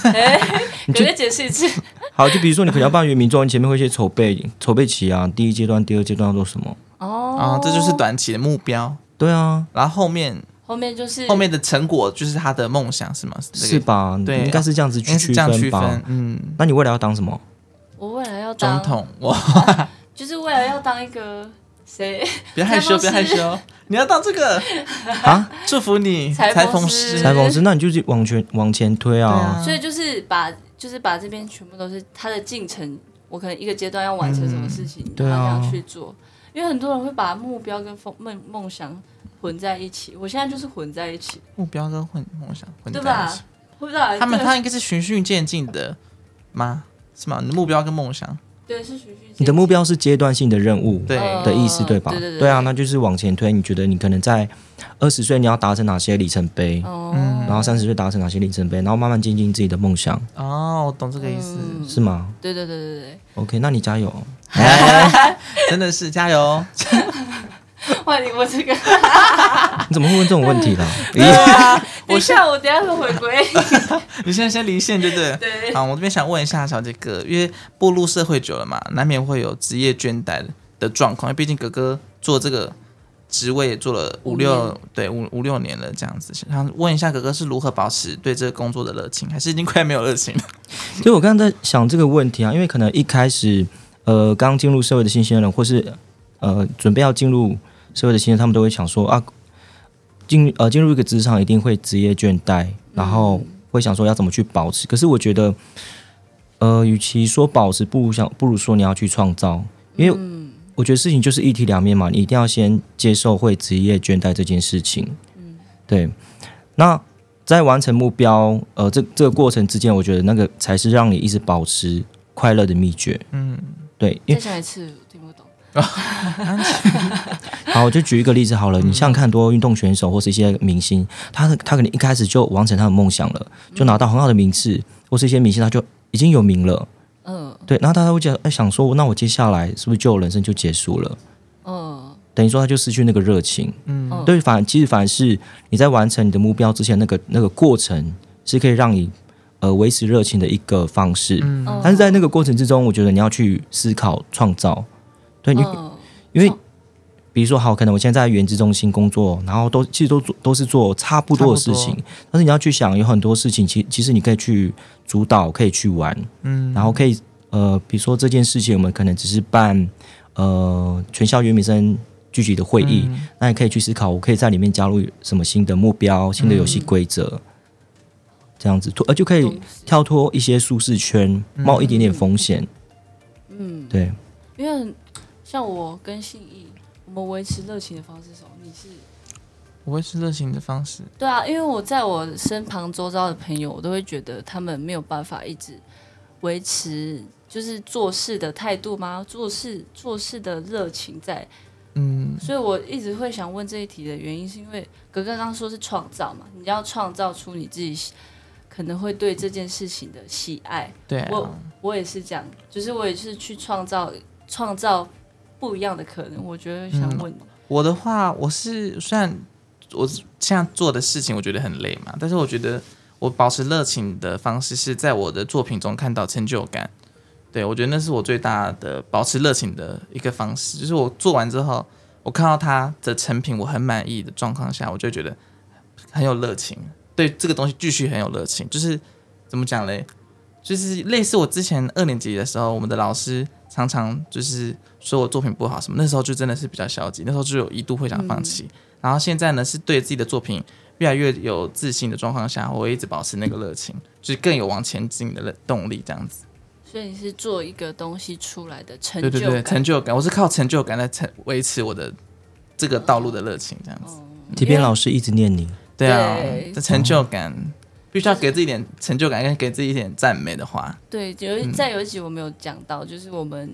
Speaker 3: 哎，哥哥解释 一次。
Speaker 4: 好，就比如说你可能要办原民周，你前面会一些筹备筹备期啊，第一阶段、第二阶段要做什么？
Speaker 2: 啊、
Speaker 3: 哦
Speaker 2: 这就是短期的目标，
Speaker 4: 对啊，
Speaker 2: 然后后面
Speaker 3: 后面就是
Speaker 2: 后面的成果就是他的梦想，是吗？是这个
Speaker 4: 是吧？
Speaker 2: 对
Speaker 4: 你应该是这样子
Speaker 2: 应
Speaker 4: 去
Speaker 2: 该是
Speaker 4: 区
Speaker 2: 这样区
Speaker 4: 分吧。
Speaker 2: 分，嗯，
Speaker 4: 那你未来要当什么？
Speaker 3: 我未来要当
Speaker 2: 总，统，哇，
Speaker 3: 就是未来要当一个谁
Speaker 2: 别害羞，别
Speaker 3: 裁缝
Speaker 2: 害
Speaker 3: 师
Speaker 2: 羞，你要当这个
Speaker 4: 啊？
Speaker 2: 祝福你
Speaker 3: 裁缝
Speaker 2: 缝
Speaker 3: 师
Speaker 4: 裁缝师，那你就是往前往前推啊。
Speaker 3: 所以就是把就是把这边全部都是他的进程，我可能一个阶段要完成什么事情，
Speaker 4: 对啊
Speaker 3: 然后这样去做。因为很多人会把目标跟梦梦梦想混在一起，我现在就是混在一起，
Speaker 2: 目标跟混梦想混
Speaker 3: 对
Speaker 2: 在一
Speaker 3: 吧
Speaker 2: 起，？
Speaker 3: 不知道啊
Speaker 2: 他们
Speaker 3: 对
Speaker 2: 他应该是循序渐进的吗？是吗？你的目标跟梦想，
Speaker 3: 对是循序渐进
Speaker 4: 你的目标是阶段性的任务
Speaker 2: 对
Speaker 4: 的意思，
Speaker 3: 呃
Speaker 4: 对吧？
Speaker 3: 对对对
Speaker 4: 啊，那就是往前推。你觉得你可能在二十岁你要达成哪些里程碑？
Speaker 3: 哦，
Speaker 2: 嗯，
Speaker 4: 然后三十岁达成哪些里程碑？然后慢慢精进自己的梦想，
Speaker 2: 哦，我懂这个意思，
Speaker 3: 嗯
Speaker 4: 是吗
Speaker 3: 对对对对对
Speaker 4: ？OK，那你加油。
Speaker 2: 真的是加油！
Speaker 3: 对，哇，你我这 个，
Speaker 4: 你怎么会问这种问题啦？咦
Speaker 3: 等一下我等一下会回 归，
Speaker 2: 你现在先离线，对不对？
Speaker 3: 对
Speaker 2: 好，我这边想问一下小杰哥，因为步入社会久了嘛，难免会有职业倦怠的状况。因为毕竟哥哥做这个职位也做了五
Speaker 3: 五
Speaker 2: 六
Speaker 3: 年
Speaker 2: 对五五六年了，这样子。想问一下哥哥是如何保持对这个工作的热情，还是已经快没有热情了？
Speaker 4: 所以我刚刚在想这个问题啊，因为可能一开始，呃，刚进入社会的新鲜人，或是呃准备要进入社会的新人，他们都会想说啊，进呃进入一个职场一定会职业倦怠，然后会想说要怎么去保持。可是我觉得，呃，与其说保持，不如想不如说你要去创造，因为
Speaker 3: 嗯
Speaker 4: 我觉得事情就是一体两面嘛，你一定要先接受会职业倦怠这件事情。对。那在完成目标，呃，这这个过程之间，我觉得那个才是让你一直保持快乐的秘诀。
Speaker 2: 嗯，
Speaker 4: 对，因
Speaker 3: 再
Speaker 4: 为
Speaker 3: 讲一次，我听不懂，
Speaker 4: 好，我就举一个例子好了，你像看很多运动选手或是一些明星，他他可能一开始就完成他的梦想了，就拿到很好的名次，或是一些明星他就哎已经有名了，
Speaker 3: 嗯
Speaker 4: 对，然后他会觉得哎想说，那我接下来是不是就人生就结束了？
Speaker 3: 嗯
Speaker 4: 等于说他就失去那个热情，
Speaker 3: 嗯，
Speaker 4: 对，反其实反而是你在完成你的目标之前，那个那个过程是可以让你呃维持热情的一个方式。
Speaker 3: 嗯，
Speaker 4: 但是在那个过程之中，我觉得你要去思考创造，对你，
Speaker 3: 嗯
Speaker 4: 因为
Speaker 3: 创
Speaker 4: 比如说好，可能我现在在原职中心工作，然后都其实都做都是做差不多的事
Speaker 2: 差
Speaker 4: 情
Speaker 2: 不，
Speaker 4: 但是你要去想，有很多事情其其实你可以去主导，可以去玩，
Speaker 2: 嗯
Speaker 4: 然后可以呃，比如说这件事情，我们可能只是办呃全校原民生聚集的
Speaker 2: 嗯
Speaker 4: 会议，那你可以去思考，我可以在里面加入什么新的目标、新的游戏规则，
Speaker 2: 嗯
Speaker 4: 这样子，呃，就可以
Speaker 3: 东西
Speaker 4: 跳脱一些舒适圈，
Speaker 2: 嗯
Speaker 4: 冒一点点风险。
Speaker 3: 嗯，
Speaker 4: 对，
Speaker 3: 因为很像我跟信义，我们维持热情的方式是什么？你是
Speaker 2: 我会是热情的方式，
Speaker 3: 对啊，因为我在我身旁周遭的朋友，我都会觉得他们没有办法一直维持就是做事的态度吗？做事做事的热情在，
Speaker 2: 嗯，
Speaker 3: 所以我一直会想问这一题的原因，是因为格格刚刚说是创造嘛，你要创造出你自己喜可能会对这件事情的喜爱，
Speaker 2: 对、啊，
Speaker 3: 我我也是这样，就是我也是去创造创造不一样的可能。我觉得想问你，
Speaker 2: 我的话，我是虽然我现在做的事情我觉得很累嘛，但是我觉得我保持热情的方式是在我的作品中看到成就感。对我觉得那是我最大的保持热情的一个方式，就是我做完之后，我看到它的成品我很满意的状况下，我就会觉得很有热情，对这个东西继续很有热情，就是怎么讲嘞？就是类似我之前二年级的时候，我们的老师常常就是说我作品不好什么，那时候就真的是比较消极，那时候就有一度会想放
Speaker 3: 嗯
Speaker 2: 弃。然后现在呢，是对自己的作品越来越有自信的状况下，我会一直保持那个热情，就是更有往前进的动力，这样子。
Speaker 3: 所以你是做一个东西出来的成
Speaker 2: 对
Speaker 3: 就
Speaker 2: 对对，
Speaker 3: 感，
Speaker 2: 成就感，我是靠成就感来成维持我的这个道路的热情，这样子。
Speaker 4: 体边老师一直念你，
Speaker 2: 对啊
Speaker 3: 哦对，
Speaker 2: 这成就感必须要给自己一点成就感，跟给自己一点赞美的话，
Speaker 3: 对，有
Speaker 2: 嗯
Speaker 3: 一在有一集我们有讲到，就是我们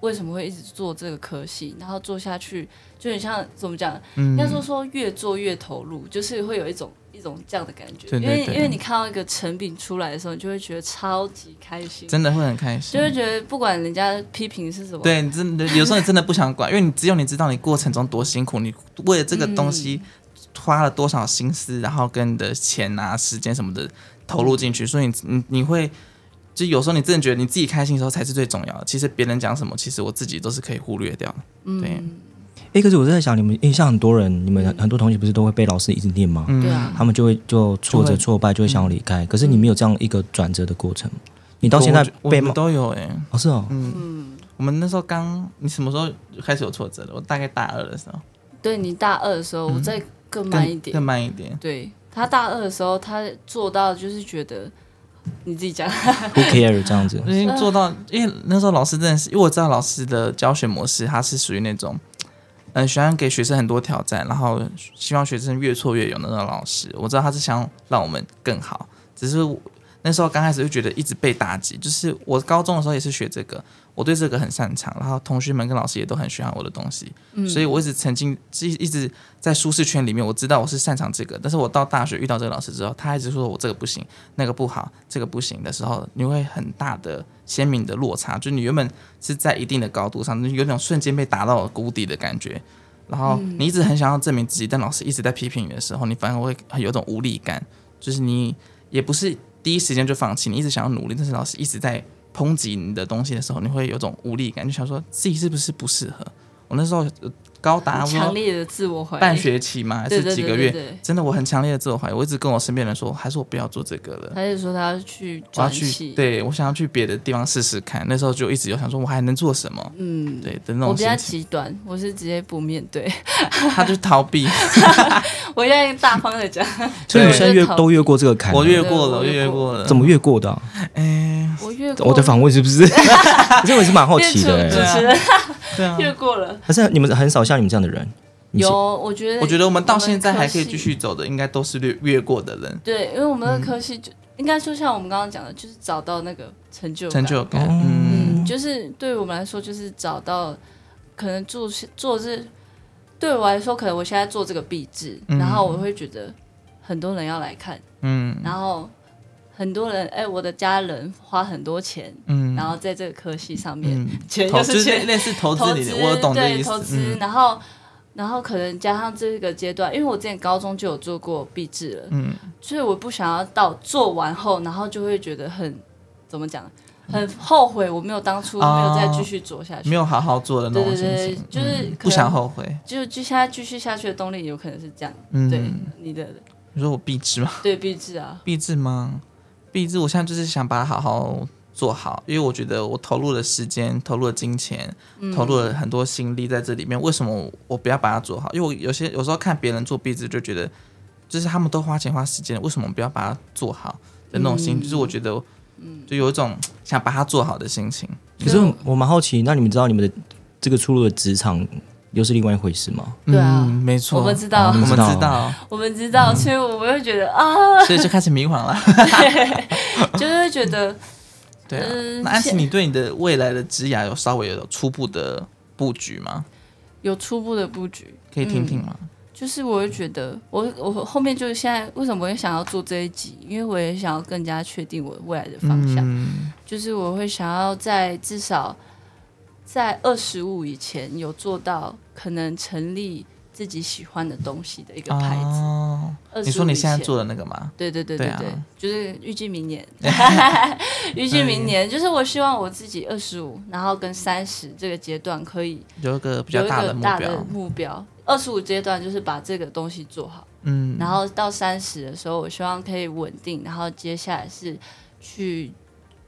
Speaker 3: 为什么会一直做这个科系，然后做下去，就很像怎么讲，
Speaker 2: 嗯
Speaker 3: 应该说说越做越投入，就是会有一种一种这样的感觉。
Speaker 2: 对对
Speaker 3: 因为
Speaker 2: 对
Speaker 3: 因为你看到一个成品出来的时候，你就会觉得超级开心，
Speaker 2: 真的会很开心
Speaker 3: 就。会觉得不管人家批评是什么，
Speaker 2: 对，你真的有时候你真的不想管，因为你只有你知道你过程中多辛苦，你为了这个东西
Speaker 3: 嗯
Speaker 2: 花了多少心思，然后跟你的钱啊、时间什么的投入进
Speaker 3: 嗯
Speaker 2: 去，所以你你你会。就有时候你真的觉得你自己开心的时候才是最重要的，其实别人讲什么，其实我自己都是可以忽略掉的。
Speaker 3: 嗯
Speaker 2: 对，
Speaker 4: 诶，可是我在想，你们印象很多人，你们很多同学不是都会被老师一直念
Speaker 2: 嗯
Speaker 4: 吗？
Speaker 3: 对啊，
Speaker 4: 他们就会就挫
Speaker 2: 就
Speaker 4: 折
Speaker 2: 会
Speaker 4: 挫败，就会想要离开。可是你没有这样一个转折的过程，你到
Speaker 2: 我
Speaker 4: 现在
Speaker 2: 觉我
Speaker 4: 被
Speaker 2: 们
Speaker 4: 骂
Speaker 2: 都有哎、
Speaker 4: 哦是哦，
Speaker 2: 嗯，我们那时候刚，你什么时候开始有挫折的？我大概大二的时候，
Speaker 3: 对你大二的时候，我再更慢一
Speaker 2: 嗯更
Speaker 3: 点。
Speaker 2: 更慢一点。
Speaker 3: 对他大二的时候，他做到就是觉得你自己 讲，
Speaker 4: ，Who care 这样子
Speaker 2: 我，已经做到，因为那时候老师真的是，因为我知道老师的教学模式，他是属于那种，嗯，喜欢给学生很多挑战，然后希望学生越挫越勇的那种老师。我知道他是想让我们更好，只是我那时候刚开始就觉得一直被打击。就是我高中的时候也是学这个，我对这个很擅长，然后同学们跟老师也都很喜欢我的东西，
Speaker 3: 嗯
Speaker 2: 所以我一直曾经一一直在舒适圈里面，我知道我是擅长这个，但是我到大学遇到这个老师之后，他一直说我这个不行，那个不好，这个不行的时候，你会很大的鲜明的落差，就是你原本是在一定的高度上，有种瞬间被打到谷底的感觉。然后你一直很想要证明自己，但老师一直在批评你的时候，你反而会很有种无力感，就是你也不是第一时间就放弃，你一直想要努力，但是老师一直在抨击你的东西的时候，你会有种无力感，就想说自己是不是不适合。我那时候呃高达不知道
Speaker 3: 强烈的自我怀疑。
Speaker 2: 半学期嘛，还
Speaker 3: 对
Speaker 2: 是
Speaker 3: 对
Speaker 2: 几
Speaker 3: 对
Speaker 2: 个
Speaker 3: 对
Speaker 2: 月，
Speaker 3: 对，
Speaker 2: 真的我很强烈的自我怀疑，我一直跟我身边人说，还是我不要做这个了。
Speaker 3: 他就说他要去
Speaker 2: 我要
Speaker 3: 转
Speaker 2: 去，
Speaker 3: 系。，
Speaker 2: 对我想要去别的地方试试看。那时候就一直有想说，我还能做什么？
Speaker 3: 嗯，
Speaker 2: 对的那
Speaker 3: 我
Speaker 2: 种
Speaker 3: 比较
Speaker 2: 心情，
Speaker 3: 极端，我是直接不面对，
Speaker 2: 他就逃 避。
Speaker 3: 我现在大方的讲，
Speaker 4: 所以
Speaker 2: 对
Speaker 4: 你现在越
Speaker 3: 我就逃避
Speaker 4: 都越过这个坎了，
Speaker 2: 我越过了，
Speaker 3: 我
Speaker 2: 我
Speaker 3: 越
Speaker 2: 越
Speaker 3: 过
Speaker 2: 过了。
Speaker 4: 怎么越过的啊？
Speaker 2: 哎，
Speaker 3: 我越过
Speaker 4: 我在访问是 不是？可是我也是蛮好
Speaker 3: 越
Speaker 4: 奇
Speaker 3: 出
Speaker 4: 的
Speaker 3: 主
Speaker 4: 欸，
Speaker 3: 持人
Speaker 2: 对啊，
Speaker 3: 越过了。
Speaker 4: 可是你们很少像你们这样的人，你是
Speaker 3: 有，我觉得
Speaker 2: 我觉得我们到现在还可以
Speaker 3: 科
Speaker 2: 继
Speaker 3: 系
Speaker 2: 续嗯走的，应该都是越越过的人，
Speaker 3: 对，因为我们的科系就、应该说像我们刚刚讲的，就是找到那个成就
Speaker 2: 成
Speaker 3: 感。
Speaker 2: 就感。
Speaker 4: 哦
Speaker 2: 嗯，
Speaker 3: 嗯，就是对我们来说，就是找到可能做是做是对我来说，可能我现在做这个壁纸，
Speaker 2: 嗯
Speaker 3: 然后我会觉得很多人要来看，
Speaker 2: 嗯
Speaker 3: 然后很多人哎、我的家人花很多钱，
Speaker 2: 嗯
Speaker 3: 然后在这个科系上面，
Speaker 2: 嗯，
Speaker 3: 钱
Speaker 2: 投
Speaker 3: 就
Speaker 2: 资
Speaker 3: 是
Speaker 2: 类
Speaker 3: 钱，
Speaker 2: 类似投资
Speaker 3: 投
Speaker 2: 理
Speaker 3: 资
Speaker 2: 念，我懂这
Speaker 3: 对
Speaker 2: 意思
Speaker 3: 投。资，
Speaker 2: 嗯
Speaker 3: 然后然后可能加上这个阶段，因为我之前高中就有做过壁纸了，
Speaker 2: 嗯，
Speaker 3: 所以我不想要到做完后，然后就会觉得很怎么讲，很后悔我没有当初没有
Speaker 2: 啊
Speaker 3: 再继续做下去。
Speaker 2: 没有好好做的那
Speaker 3: 对
Speaker 2: 种
Speaker 3: 对
Speaker 2: 心
Speaker 3: 对，
Speaker 2: 情，嗯
Speaker 3: 就是可能
Speaker 2: 不想后悔。
Speaker 3: 就就现在继续下去的动力有可能是这样，
Speaker 2: 嗯，
Speaker 3: 对你的
Speaker 2: 你说我必知吗？
Speaker 3: 对壁纸啊，
Speaker 2: 壁纸吗？壁纸，我现在就是想把它好好做好，因为我觉得我投入了时间，投入了金钱，
Speaker 3: 嗯
Speaker 2: 投入了很多心力在这里面。为什么我不要把它做好？因为我有些有时候看别人做壁纸，就觉得就是他们都花钱花时间，为什么我们不要把它做好的那种心？就是我觉得，
Speaker 3: 嗯
Speaker 2: 就有一种想把它做好的心情。
Speaker 4: 可是我蛮好奇，那你们知道你们的这个出入的职场又是另外一回事吗？
Speaker 3: 对啊
Speaker 2: 嗯、没错，
Speaker 3: 我们知道
Speaker 2: 我们
Speaker 4: 知道
Speaker 2: 知道，
Speaker 3: 我们知
Speaker 2: 嗯
Speaker 3: 道，所以我们会觉得啊，
Speaker 2: 所以就开始迷惘了。
Speaker 3: 就是会觉得
Speaker 2: 对啊，
Speaker 3: 嗯
Speaker 2: 那安琪，
Speaker 3: 现
Speaker 2: 你对你的未来的职涯有稍微有初步的布局吗？
Speaker 3: 有初步的布局，
Speaker 2: 可以听听吗？
Speaker 3: 就是我会觉得，我我后面就是现在为什么我会想要做这一集，因为我也想要更加确定我未来的方向，
Speaker 2: 嗯
Speaker 3: 就是我会想要在至少在二十五以前有做到可能成立自己喜欢的东西的一个牌子。
Speaker 2: 哦
Speaker 3: 25
Speaker 2: 你说你现在
Speaker 3: 以前
Speaker 2: 做的那个吗？
Speaker 3: 对对对
Speaker 2: 对
Speaker 3: 对
Speaker 2: 啊
Speaker 3: 对，就是预计 明年， 预计明
Speaker 2: 嗯
Speaker 3: 年，就是我希望我自己二十五，然后跟三十这个阶段可以
Speaker 2: 有一个比
Speaker 3: 有
Speaker 2: 较
Speaker 3: 一
Speaker 2: 大
Speaker 3: 个
Speaker 2: 的目
Speaker 3: 大的
Speaker 2: 标，
Speaker 3: 目标。二十五阶段就是把这个东西做好，
Speaker 2: 嗯，
Speaker 3: 然后到三十的时候，我希望可以稳定，然后接下来是去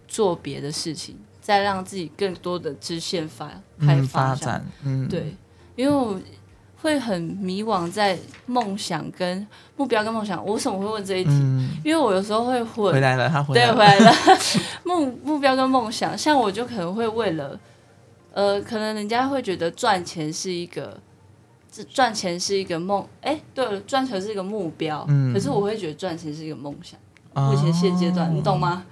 Speaker 3: 做别的事情，再让自己更多的支线发开
Speaker 2: 嗯
Speaker 3: 发
Speaker 2: 发
Speaker 3: 展。
Speaker 2: 展，嗯，
Speaker 3: 对，因为我会很迷惘在梦想跟目标跟梦想。我为什么会问这一题？
Speaker 2: 嗯，
Speaker 3: 因为我有时候会
Speaker 2: 回
Speaker 3: 混，
Speaker 2: 来了，他回
Speaker 3: 对，
Speaker 2: 来
Speaker 3: 回
Speaker 2: 了，
Speaker 3: 来了 目目标跟梦想，像我就可能会为了，呃，可能人家会觉得赚钱是一个，这赚钱是一个梦，哎，对了，赚钱是一个目标，
Speaker 2: 嗯
Speaker 3: 可是我会觉得赚钱是一个梦想。
Speaker 2: 哦
Speaker 3: 目前现阶段，你 懂吗？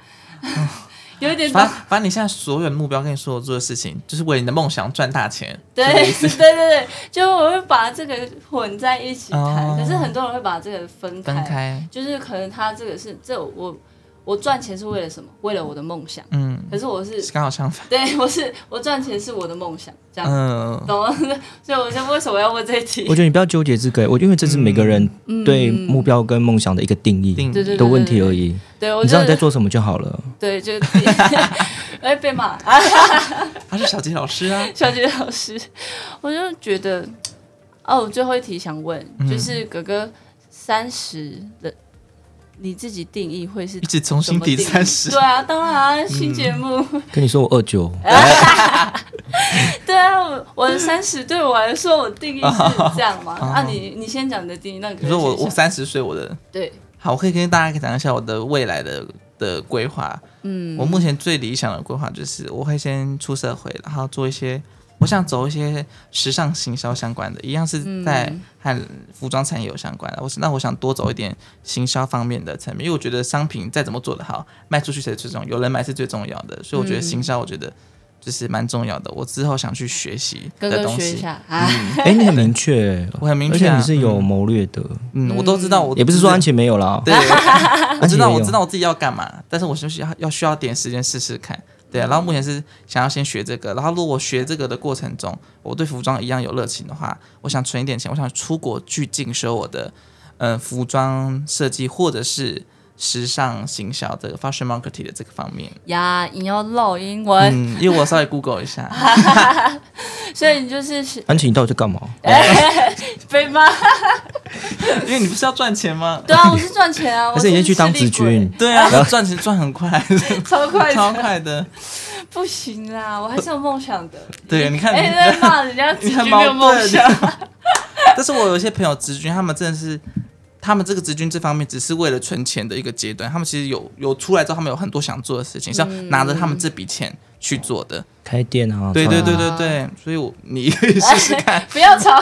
Speaker 3: 有一点懂
Speaker 2: 反，反正你现在所有的目标跟你所有做的事情，就是为了你的梦想赚大钱，
Speaker 3: 对
Speaker 2: 是这个意
Speaker 3: 对
Speaker 2: 思
Speaker 3: 对对，就我会把这个混在一起谈，
Speaker 2: 哦
Speaker 3: 可是很多人会把这个分开，
Speaker 2: 分开，
Speaker 3: 就是可能他这个是这我我赚钱是为了什么？为了我的梦想，
Speaker 2: 嗯，
Speaker 3: 可是我是 啊
Speaker 2: 是刚好相反，
Speaker 3: 对，我是我赚钱是我的梦想，这样、
Speaker 2: 嗯，
Speaker 3: 懂吗？ 所以我就为什么要问这一题？
Speaker 4: 我觉得你不要纠结这个欸，我因为这是每个人
Speaker 2: 嗯
Speaker 4: 对目标跟梦想的一个定义
Speaker 2: 定
Speaker 3: 对对
Speaker 4: 的问题而。已。
Speaker 3: 对，我
Speaker 4: 你知
Speaker 3: 就
Speaker 4: 道你在做什么就好了。
Speaker 3: 对，就 哎被骂 啊，
Speaker 2: 他是小杰老师 啊，
Speaker 3: 小杰老师，我就觉得哦，我最后一题想问，就是哥哥三十的你自己定义会是
Speaker 2: 一？直重新抵
Speaker 3: 怎么定
Speaker 2: 三
Speaker 3: 义
Speaker 2: 十
Speaker 3: 对，啊，当然啊新节目，
Speaker 4: 跟你说我二九，
Speaker 3: 对啊，我我的三十对我来说，我定义是这 样嘛？啊，你你先讲你的定义，那
Speaker 2: 你说我我三十岁我的
Speaker 3: 对，
Speaker 2: 好，我可以跟大家讲一下我的未来的的规划。
Speaker 3: 嗯，
Speaker 2: 我目前最理想的规划就是，我会先出社会，然后做一些，我想走一些时尚行销相关的，一样是在
Speaker 3: 嗯
Speaker 2: 和服装产业有相关的。我是那我想多走一点行销方面的层面，因为我觉得商品再怎么做得好，卖出去才是最重要，有人买是最重要的。所以我觉得
Speaker 3: 嗯
Speaker 2: 行销，我觉得就是蛮重要的。我之后想去学习
Speaker 3: 哥
Speaker 2: 的
Speaker 3: 哥
Speaker 2: 东
Speaker 3: 学一
Speaker 2: 西，嗯
Speaker 3: 下啊，
Speaker 4: 哎，你很明确，
Speaker 2: 我很明
Speaker 4: 而
Speaker 2: 确、
Speaker 4: 且
Speaker 2: 啊，
Speaker 4: 你是有
Speaker 2: 嗯
Speaker 4: 谋略的，
Speaker 2: 嗯，我都知道我，
Speaker 4: 也不是 说安全没有啦。
Speaker 2: 对，我知道我知
Speaker 4: 道，
Speaker 2: 道我自己要干嘛，但是我就是要要需要点时间试试看。对、啊，然后目前是想要先学这个，然后如果我学这个的过程中，我对服装一样有热情的话，我想存一点钱，我想出国去进修我的，呃，服装设计或者是时尚行销这个 fashion marketing 的这个方面。
Speaker 3: 呀，你要唠英文，
Speaker 2: 嗯，啊因为我稍微 Google 一 下，
Speaker 3: 所以你就是是
Speaker 4: 安琪，你到底在干嘛？
Speaker 2: 哎
Speaker 3: 被骂。
Speaker 2: 因为你不是要赚钱吗？
Speaker 3: 对啊，我是赚 钱啊，
Speaker 4: 还是
Speaker 3: 我
Speaker 4: 你先
Speaker 3: 是
Speaker 4: 去当
Speaker 3: 吃力
Speaker 4: 子君
Speaker 3: 鬼，？
Speaker 2: 对啊，赚钱赚很快，
Speaker 3: 超快
Speaker 2: 超
Speaker 3: 的，
Speaker 2: 快的。
Speaker 3: 不行啦，我还是有梦想 的。
Speaker 2: 对，你看你
Speaker 3: 哎，在骂人家子
Speaker 2: 你
Speaker 3: 君
Speaker 2: 很
Speaker 3: 没有
Speaker 2: 矛
Speaker 3: 梦
Speaker 2: 盾
Speaker 3: 想，。
Speaker 2: 但是我有一些朋友直军，他们真的是，他们这个直军这方面只是为了存钱的一个阶段，他们其实有有出来之后，他们有很多想做的事
Speaker 3: 嗯
Speaker 2: 情，是要拿着他们这笔钱去做的。
Speaker 4: 开店啊？
Speaker 2: 对对
Speaker 4: 创
Speaker 2: 对
Speaker 4: 业
Speaker 2: 对对，所以我你试 试看。
Speaker 3: 不要吵。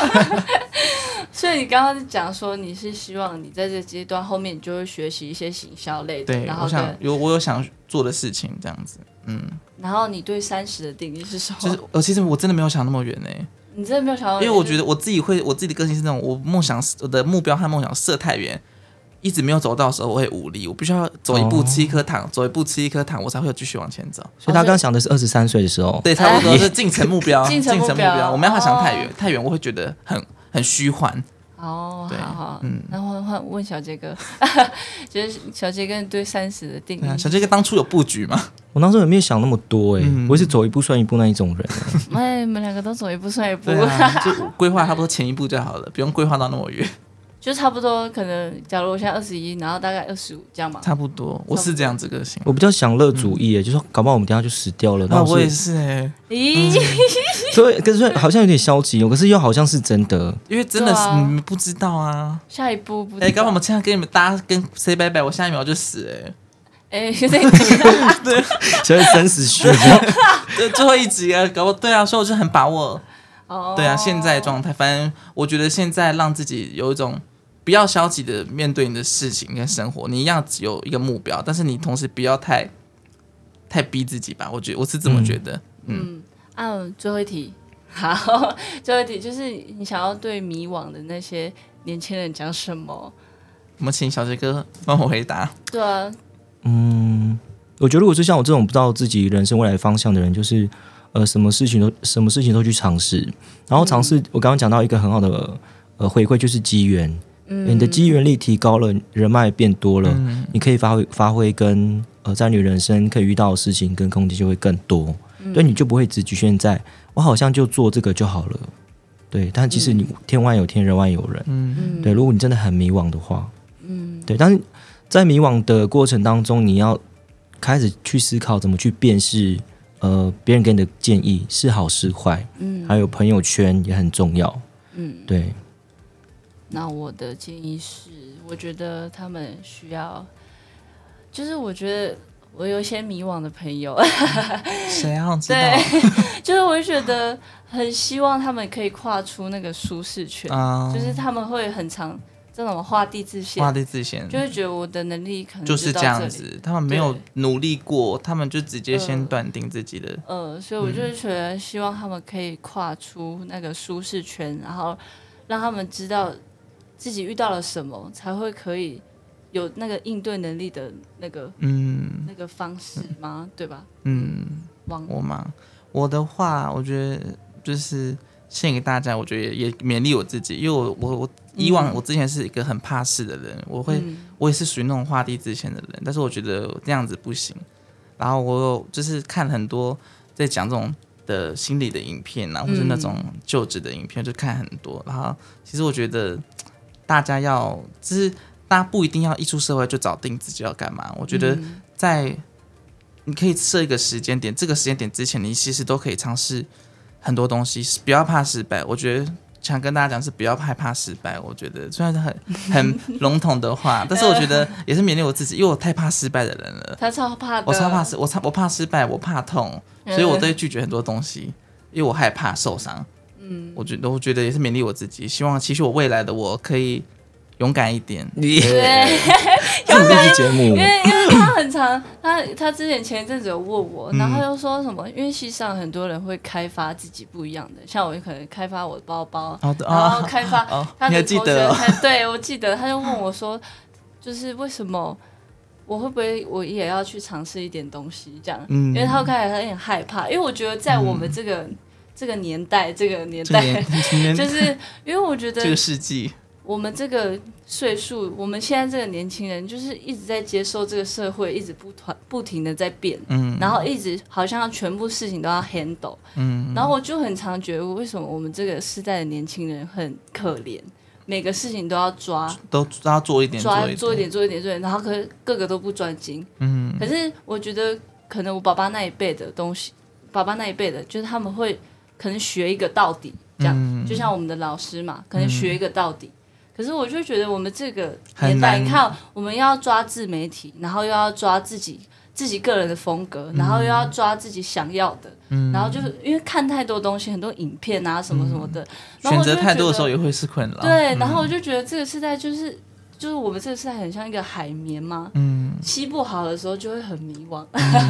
Speaker 3: 所以你刚刚讲说你是希望你在这阶段后面你就会学习一些行销类的，
Speaker 2: 对，
Speaker 3: 然
Speaker 2: 我
Speaker 3: 后
Speaker 2: 想
Speaker 3: 对，
Speaker 2: 有我有想做的事情这样子，嗯，
Speaker 3: 然后你对三十的定义是什么？
Speaker 2: 就是呃，其实我真的没有想那么远呢、
Speaker 3: 你真的没有想到，
Speaker 2: 因为我觉得我自己会，我自己的个性是那种，我梦想我的目标和梦想设太远，一直没有走到的时候，我会无力，我必须要走一步
Speaker 4: 哦
Speaker 2: 吃一颗糖，走一步吃一颗糖，我才会有继续往前走。
Speaker 4: 所以他刚刚想的是二十三岁的时候，
Speaker 2: 对，差不多是进程目标，
Speaker 3: 哎 进程目标
Speaker 2: 我们要想太远
Speaker 3: 哦，
Speaker 2: 太远我会觉得很很虚幻。
Speaker 3: 哦，
Speaker 2: 对
Speaker 3: 好好，
Speaker 2: 嗯
Speaker 3: 然后换换问小杰哥， 就是小杰哥你对三十的定
Speaker 2: 对啊，
Speaker 3: 义，
Speaker 2: 小杰哥当初有布局嘛？
Speaker 4: 我当时也没有想那么多哎、
Speaker 2: 嗯
Speaker 4: 我也是走一步算一步那一 种人。
Speaker 3: 哎，你们两个都走一步算一步
Speaker 2: 对，啊，就规划差不多前一步就好了，不用规划到那么远。
Speaker 3: 就差不多，可能假如我现在二十一，然后大概二十五这样嘛。
Speaker 2: 差不多，我是这样子个性。
Speaker 4: 我比较享乐主义、欸，就是搞不好我们等一下就死掉了。
Speaker 2: 嗯啊，
Speaker 4: 那
Speaker 2: 我也
Speaker 4: 是，
Speaker 2: 是哎，
Speaker 3: 咦，
Speaker 4: 所以可是好像有点消极哦，可是又好像是真 的。
Speaker 2: 因为真的
Speaker 3: 对
Speaker 2: 是
Speaker 3: 啊
Speaker 2: 你们不知道啊。
Speaker 3: 下一步不知道？
Speaker 2: 哎，刚刚我们现在跟你们大家跟 say 拜拜，我下一秒就死 哎。
Speaker 3: 哎，有点 紧张
Speaker 4: 所以生死学，
Speaker 2: 对，最后一集啊，搞不对啊，所以我就很把握。
Speaker 3: 哦。
Speaker 2: 对啊，现在的状态，反正我觉得现在让自己有一种不要消极的面对你的事情跟生活，你一样只有一个目标，但是你同时不要太太逼自己吧。我觉得我是这么觉得。
Speaker 3: 嗯，啊，最后一题，好， 最后一题就是你想要对迷惘的那些年轻人讲什么？
Speaker 2: 我们请小杰哥帮我回答。
Speaker 3: 对啊，
Speaker 4: 嗯，我觉得如果是像我这种不知道自己人生未来方向的人，就是呃，什么事情都什么事情都去尝试，然后尝试。
Speaker 2: 嗯
Speaker 4: 我刚刚讲到一个很好的呃回馈，就是机缘。你的机缘力提高了，人脉变多了，
Speaker 2: 嗯，
Speaker 4: 你可以发挥发挥跟呃，在你人生可以遇到的事情跟空间就会更多，对，你就不会只局限在我好像就做这个就好了，对。但其实你天外有天，人外有人，
Speaker 3: 嗯，
Speaker 4: 对。如果你真的很迷惘的话，嗯，对。但是在迷惘的过程当中，你要开始去思考怎么去辨识，呃，别人给你的建议是好是坏，嗯，还有朋友圈也很重要，嗯，对。
Speaker 3: 那我的建议是，我觉得他们需要，就是我觉得我有一些迷惘的朋友，
Speaker 2: 谁要知道？
Speaker 3: 对，就是我就觉得很希望他们可以跨出那个舒适圈，
Speaker 2: 啊，
Speaker 3: 就是他们会很常这种画地自限
Speaker 2: 画，地自限，
Speaker 3: 就会觉得我的能力可能
Speaker 2: 就是
Speaker 3: 到
Speaker 2: 这样
Speaker 3: 里。
Speaker 2: 子。他们没有
Speaker 3: 对
Speaker 2: 努力过，他们就直接先
Speaker 3: 嗯
Speaker 2: 断定自己的。
Speaker 3: 呃，所以我
Speaker 2: 嗯
Speaker 3: 就是觉得希望他们可以跨出那个舒适圈，然后让他们知道自己遇到了什么，才会可以有那个应对能力的那个
Speaker 2: 嗯
Speaker 3: 那个方式吗？对吧？
Speaker 2: 嗯。
Speaker 3: 王
Speaker 2: 我吗？我的话，我觉得就是献给大家，我觉得也也勉励我自己，因为我我我以往
Speaker 3: 嗯
Speaker 2: 我之前是一个很怕事的人，我会、
Speaker 3: 嗯
Speaker 2: 我也是属于那种画地自限的人，但是我觉得这样子不行。然后我有就是看很多在讲这种的心理的影片啊，或是那种就职的影片，就看很多。然后其实我觉得大家要，就是大家不一定要一出社会就找定自己要干嘛。我觉得
Speaker 3: 嗯
Speaker 2: 在你可以设一个时间点，这个时间点之前，你其实都可以尝试很多东西，是不要怕失败。我觉得想跟大家讲是不要害怕失败。我觉得虽然是很 很笼统的话，但是我觉得也是勉励我自己，因为我太怕失败的人了。
Speaker 3: 他超怕的，嗯
Speaker 2: 我超怕失，我超我怕失败，我怕痛，所以我都会拒绝很多东西，因为我害怕受伤。嗯，我觉得我觉得也是勉励我自己，希望其实我未来的我可以勇敢一点。
Speaker 4: 你
Speaker 3: 对，
Speaker 4: 这不是节目
Speaker 3: 因，为因为他很常，他他之前前一阵子有问我，
Speaker 2: 嗯
Speaker 3: 然后又说什么，因为系上很多人会开发自己不一样的，像我可能开发我的包包，
Speaker 2: 好的
Speaker 3: 然后
Speaker 2: 啊，
Speaker 3: 开发
Speaker 2: 哦
Speaker 3: 他
Speaker 2: 你
Speaker 3: 的
Speaker 2: 还记
Speaker 3: 同
Speaker 2: 得
Speaker 3: 学
Speaker 2: 哦
Speaker 3: 才，对我记得，他就问我说，就是为什么我会不会我也要去尝试一点东西这样？
Speaker 2: 嗯
Speaker 3: 因为他开始有点害怕，因为我觉得在我们这个、这个年代，这个年
Speaker 2: 这个
Speaker 3: 代
Speaker 2: 年，今天
Speaker 3: 就是因为我觉得
Speaker 2: 这个世纪，
Speaker 3: 我们这个岁数，我们现在这个年轻人，就是一直在接受这个社会，一直不团不停的在变，
Speaker 2: 嗯
Speaker 3: 然后一直好像全部事情都要 handle，
Speaker 2: 嗯，
Speaker 3: 然后我就很常觉得，为什么我们这个时代的年轻人很可怜，每个事情都要抓
Speaker 2: 都都要做一点，
Speaker 3: 抓
Speaker 2: 一
Speaker 3: 做一点做一点做一点，然后可是个个都不专精。
Speaker 2: 嗯
Speaker 3: 可是我觉得，可能我爸爸那一辈的东西，爸爸那一辈的，就是他们会可能学一个到底，这样、
Speaker 2: 嗯
Speaker 3: 就像我们的老师嘛，可能学一个到底。可是我就觉得我们这个
Speaker 2: 很
Speaker 3: 年代，
Speaker 2: 难
Speaker 3: 你看，我们要抓自媒体，然后又要抓自己自己个人的风格，
Speaker 2: 嗯
Speaker 3: 然后又要抓自己想要的，然后就是因为看太多东西，很多影片啊什么什么的，然
Speaker 2: 嗯选
Speaker 3: 后我就
Speaker 2: 择
Speaker 3: 会
Speaker 2: 太多的
Speaker 3: 觉
Speaker 2: 时候
Speaker 3: 得
Speaker 2: 也会是困扰。嗯
Speaker 3: 对，然后我就觉得这个时代就是就是我们这个时代很像一个海绵嘛，
Speaker 2: 嗯，
Speaker 3: 吸不好的时候就会很迷惘，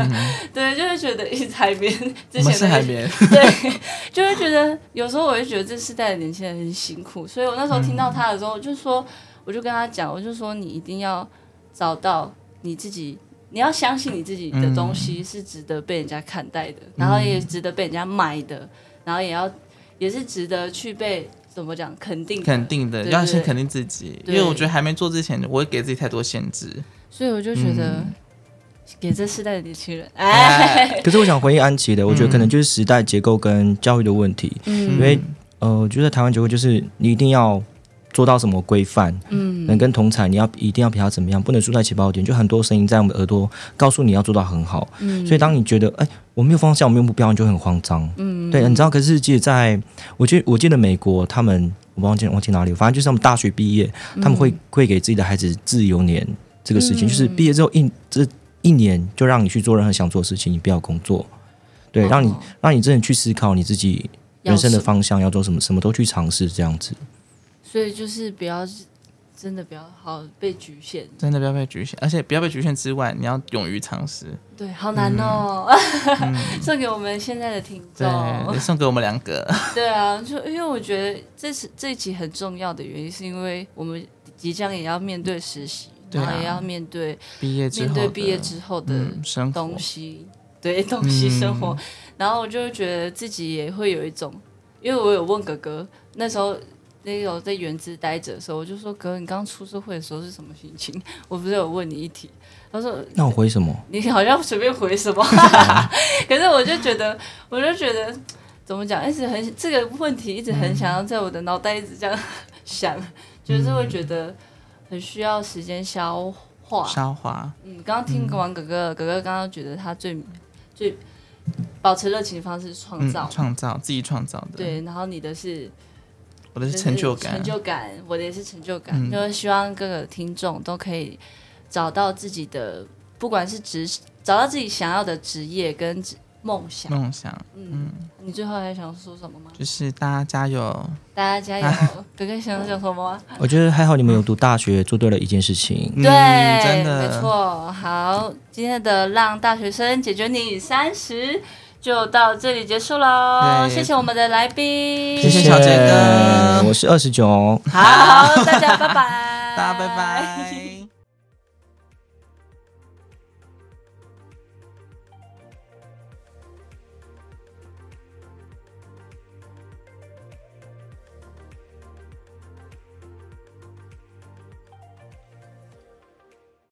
Speaker 3: 对，就会觉得一直海边之
Speaker 2: 我们
Speaker 3: 前
Speaker 2: 是
Speaker 3: 那个
Speaker 2: 海，绵，
Speaker 3: 对，就会觉得有时候我会觉得这世代的年轻人很辛苦，所以我那时候听到他的时候，我就说，我就跟他讲，我就说你一定要找到你自己。你要相信你自己的东西
Speaker 2: 嗯
Speaker 3: 是值得被人家看待的，然后也值得被人家买的，然后也要也是值得去被怎么讲肯定的
Speaker 2: 肯定的，
Speaker 3: 对
Speaker 2: 要先
Speaker 3: 对
Speaker 2: 肯定自己，因
Speaker 3: 对
Speaker 2: 为我觉得还没做之前，我会给自己太多限制。嗯
Speaker 3: 所以我就觉得，
Speaker 4: 嗯
Speaker 3: 给这世代的年轻人，
Speaker 2: 哎
Speaker 3: 哎，
Speaker 4: 可是我想回应安琪的，我觉得可能就是时代结构跟教育的问题，因
Speaker 3: 嗯
Speaker 4: 为呃，我觉得台湾结构就是你一定要做到什么规范，
Speaker 3: 嗯，
Speaker 4: 能跟同才你要一定要比他怎么样，不能输在起跑点，就很多声音在我们的耳朵告诉你要做到很好，
Speaker 3: 嗯
Speaker 4: 所以当你觉得哎、我没有方向，我没有目标，你就很慌张，
Speaker 3: 嗯
Speaker 4: 对，你知道，可是记得在，我记我记得美国他们，我忘记忘记哪里，反正就是他们大学毕业，他
Speaker 3: 嗯
Speaker 4: 们会、会给自己的孩子自由年这个事情，就是毕业之后一这一年就让你去做任何想做的事情，你不要工作，对，让你、
Speaker 3: 哦
Speaker 4: 让你真的去思考你自己人生的，方向要做什么，什么都去尝试这样子。
Speaker 3: 要是所以就是不要真的不要好被局限，
Speaker 2: 真的不要被局限，而且不要被局限之外，你要勇于尝试。
Speaker 3: 对，好难
Speaker 4: 嗯
Speaker 3: 哦， 送给我们现在的听
Speaker 2: 对，
Speaker 3: 众
Speaker 2: 也，送给我们两 个。
Speaker 3: 对啊，就因为我觉得这是这一集很重要的原因，是因为我们即将也要面对实习，
Speaker 2: 对啊
Speaker 3: 然后也要面对
Speaker 2: 毕业之
Speaker 3: 面
Speaker 2: 后的，
Speaker 3: 对毕业之后的
Speaker 2: 嗯生活
Speaker 3: 东西，对 东西
Speaker 2: 嗯
Speaker 3: 生活。然后我就觉得自己也会有一种，因为我有问哥哥，那时候那时候在原资待着的时候，我就说哥，你刚出社会的时候是什么心情？ 我不是有问你一题，他说
Speaker 4: 那我回什么？
Speaker 3: 你好像随便回什么， 可是我就觉得，我就觉得怎么讲，一直很这个问题一直很想要在我的脑袋一直这样 想，就是会觉得很需要时间消化，
Speaker 2: 烧花，
Speaker 3: 嗯，刚刚听完哥哥，哥哥刚刚觉得他最最保持热情的方式是创
Speaker 2: 嗯，
Speaker 3: 造，
Speaker 2: 创造自己创造的，，
Speaker 3: 对，然后你的是
Speaker 2: 我的
Speaker 3: 就是
Speaker 2: 成就感，
Speaker 3: 成就感，我的也是成就感，
Speaker 2: 嗯
Speaker 3: 就是希望各个听众都可以找到自己的，不管是职，找到自己想要的职业跟职梦想。
Speaker 2: 梦想，
Speaker 3: 嗯，你最后还想说什么吗？
Speaker 2: 就是大家加油，
Speaker 3: 大家 加油！哥哥想讲什么吗？
Speaker 4: 我觉得还好你们有读大学，做对了一件事情。
Speaker 2: 嗯
Speaker 3: 对，
Speaker 2: 真
Speaker 3: 没
Speaker 2: 的，
Speaker 3: 错。好，今天的让大学生解决你三十就到这里结束喽。
Speaker 2: 对
Speaker 3: 谢谢我们的来宾，
Speaker 2: 谢谢小杰哥
Speaker 4: 我是二十九。
Speaker 3: 好，大家拜拜，
Speaker 2: 大家拜。拜。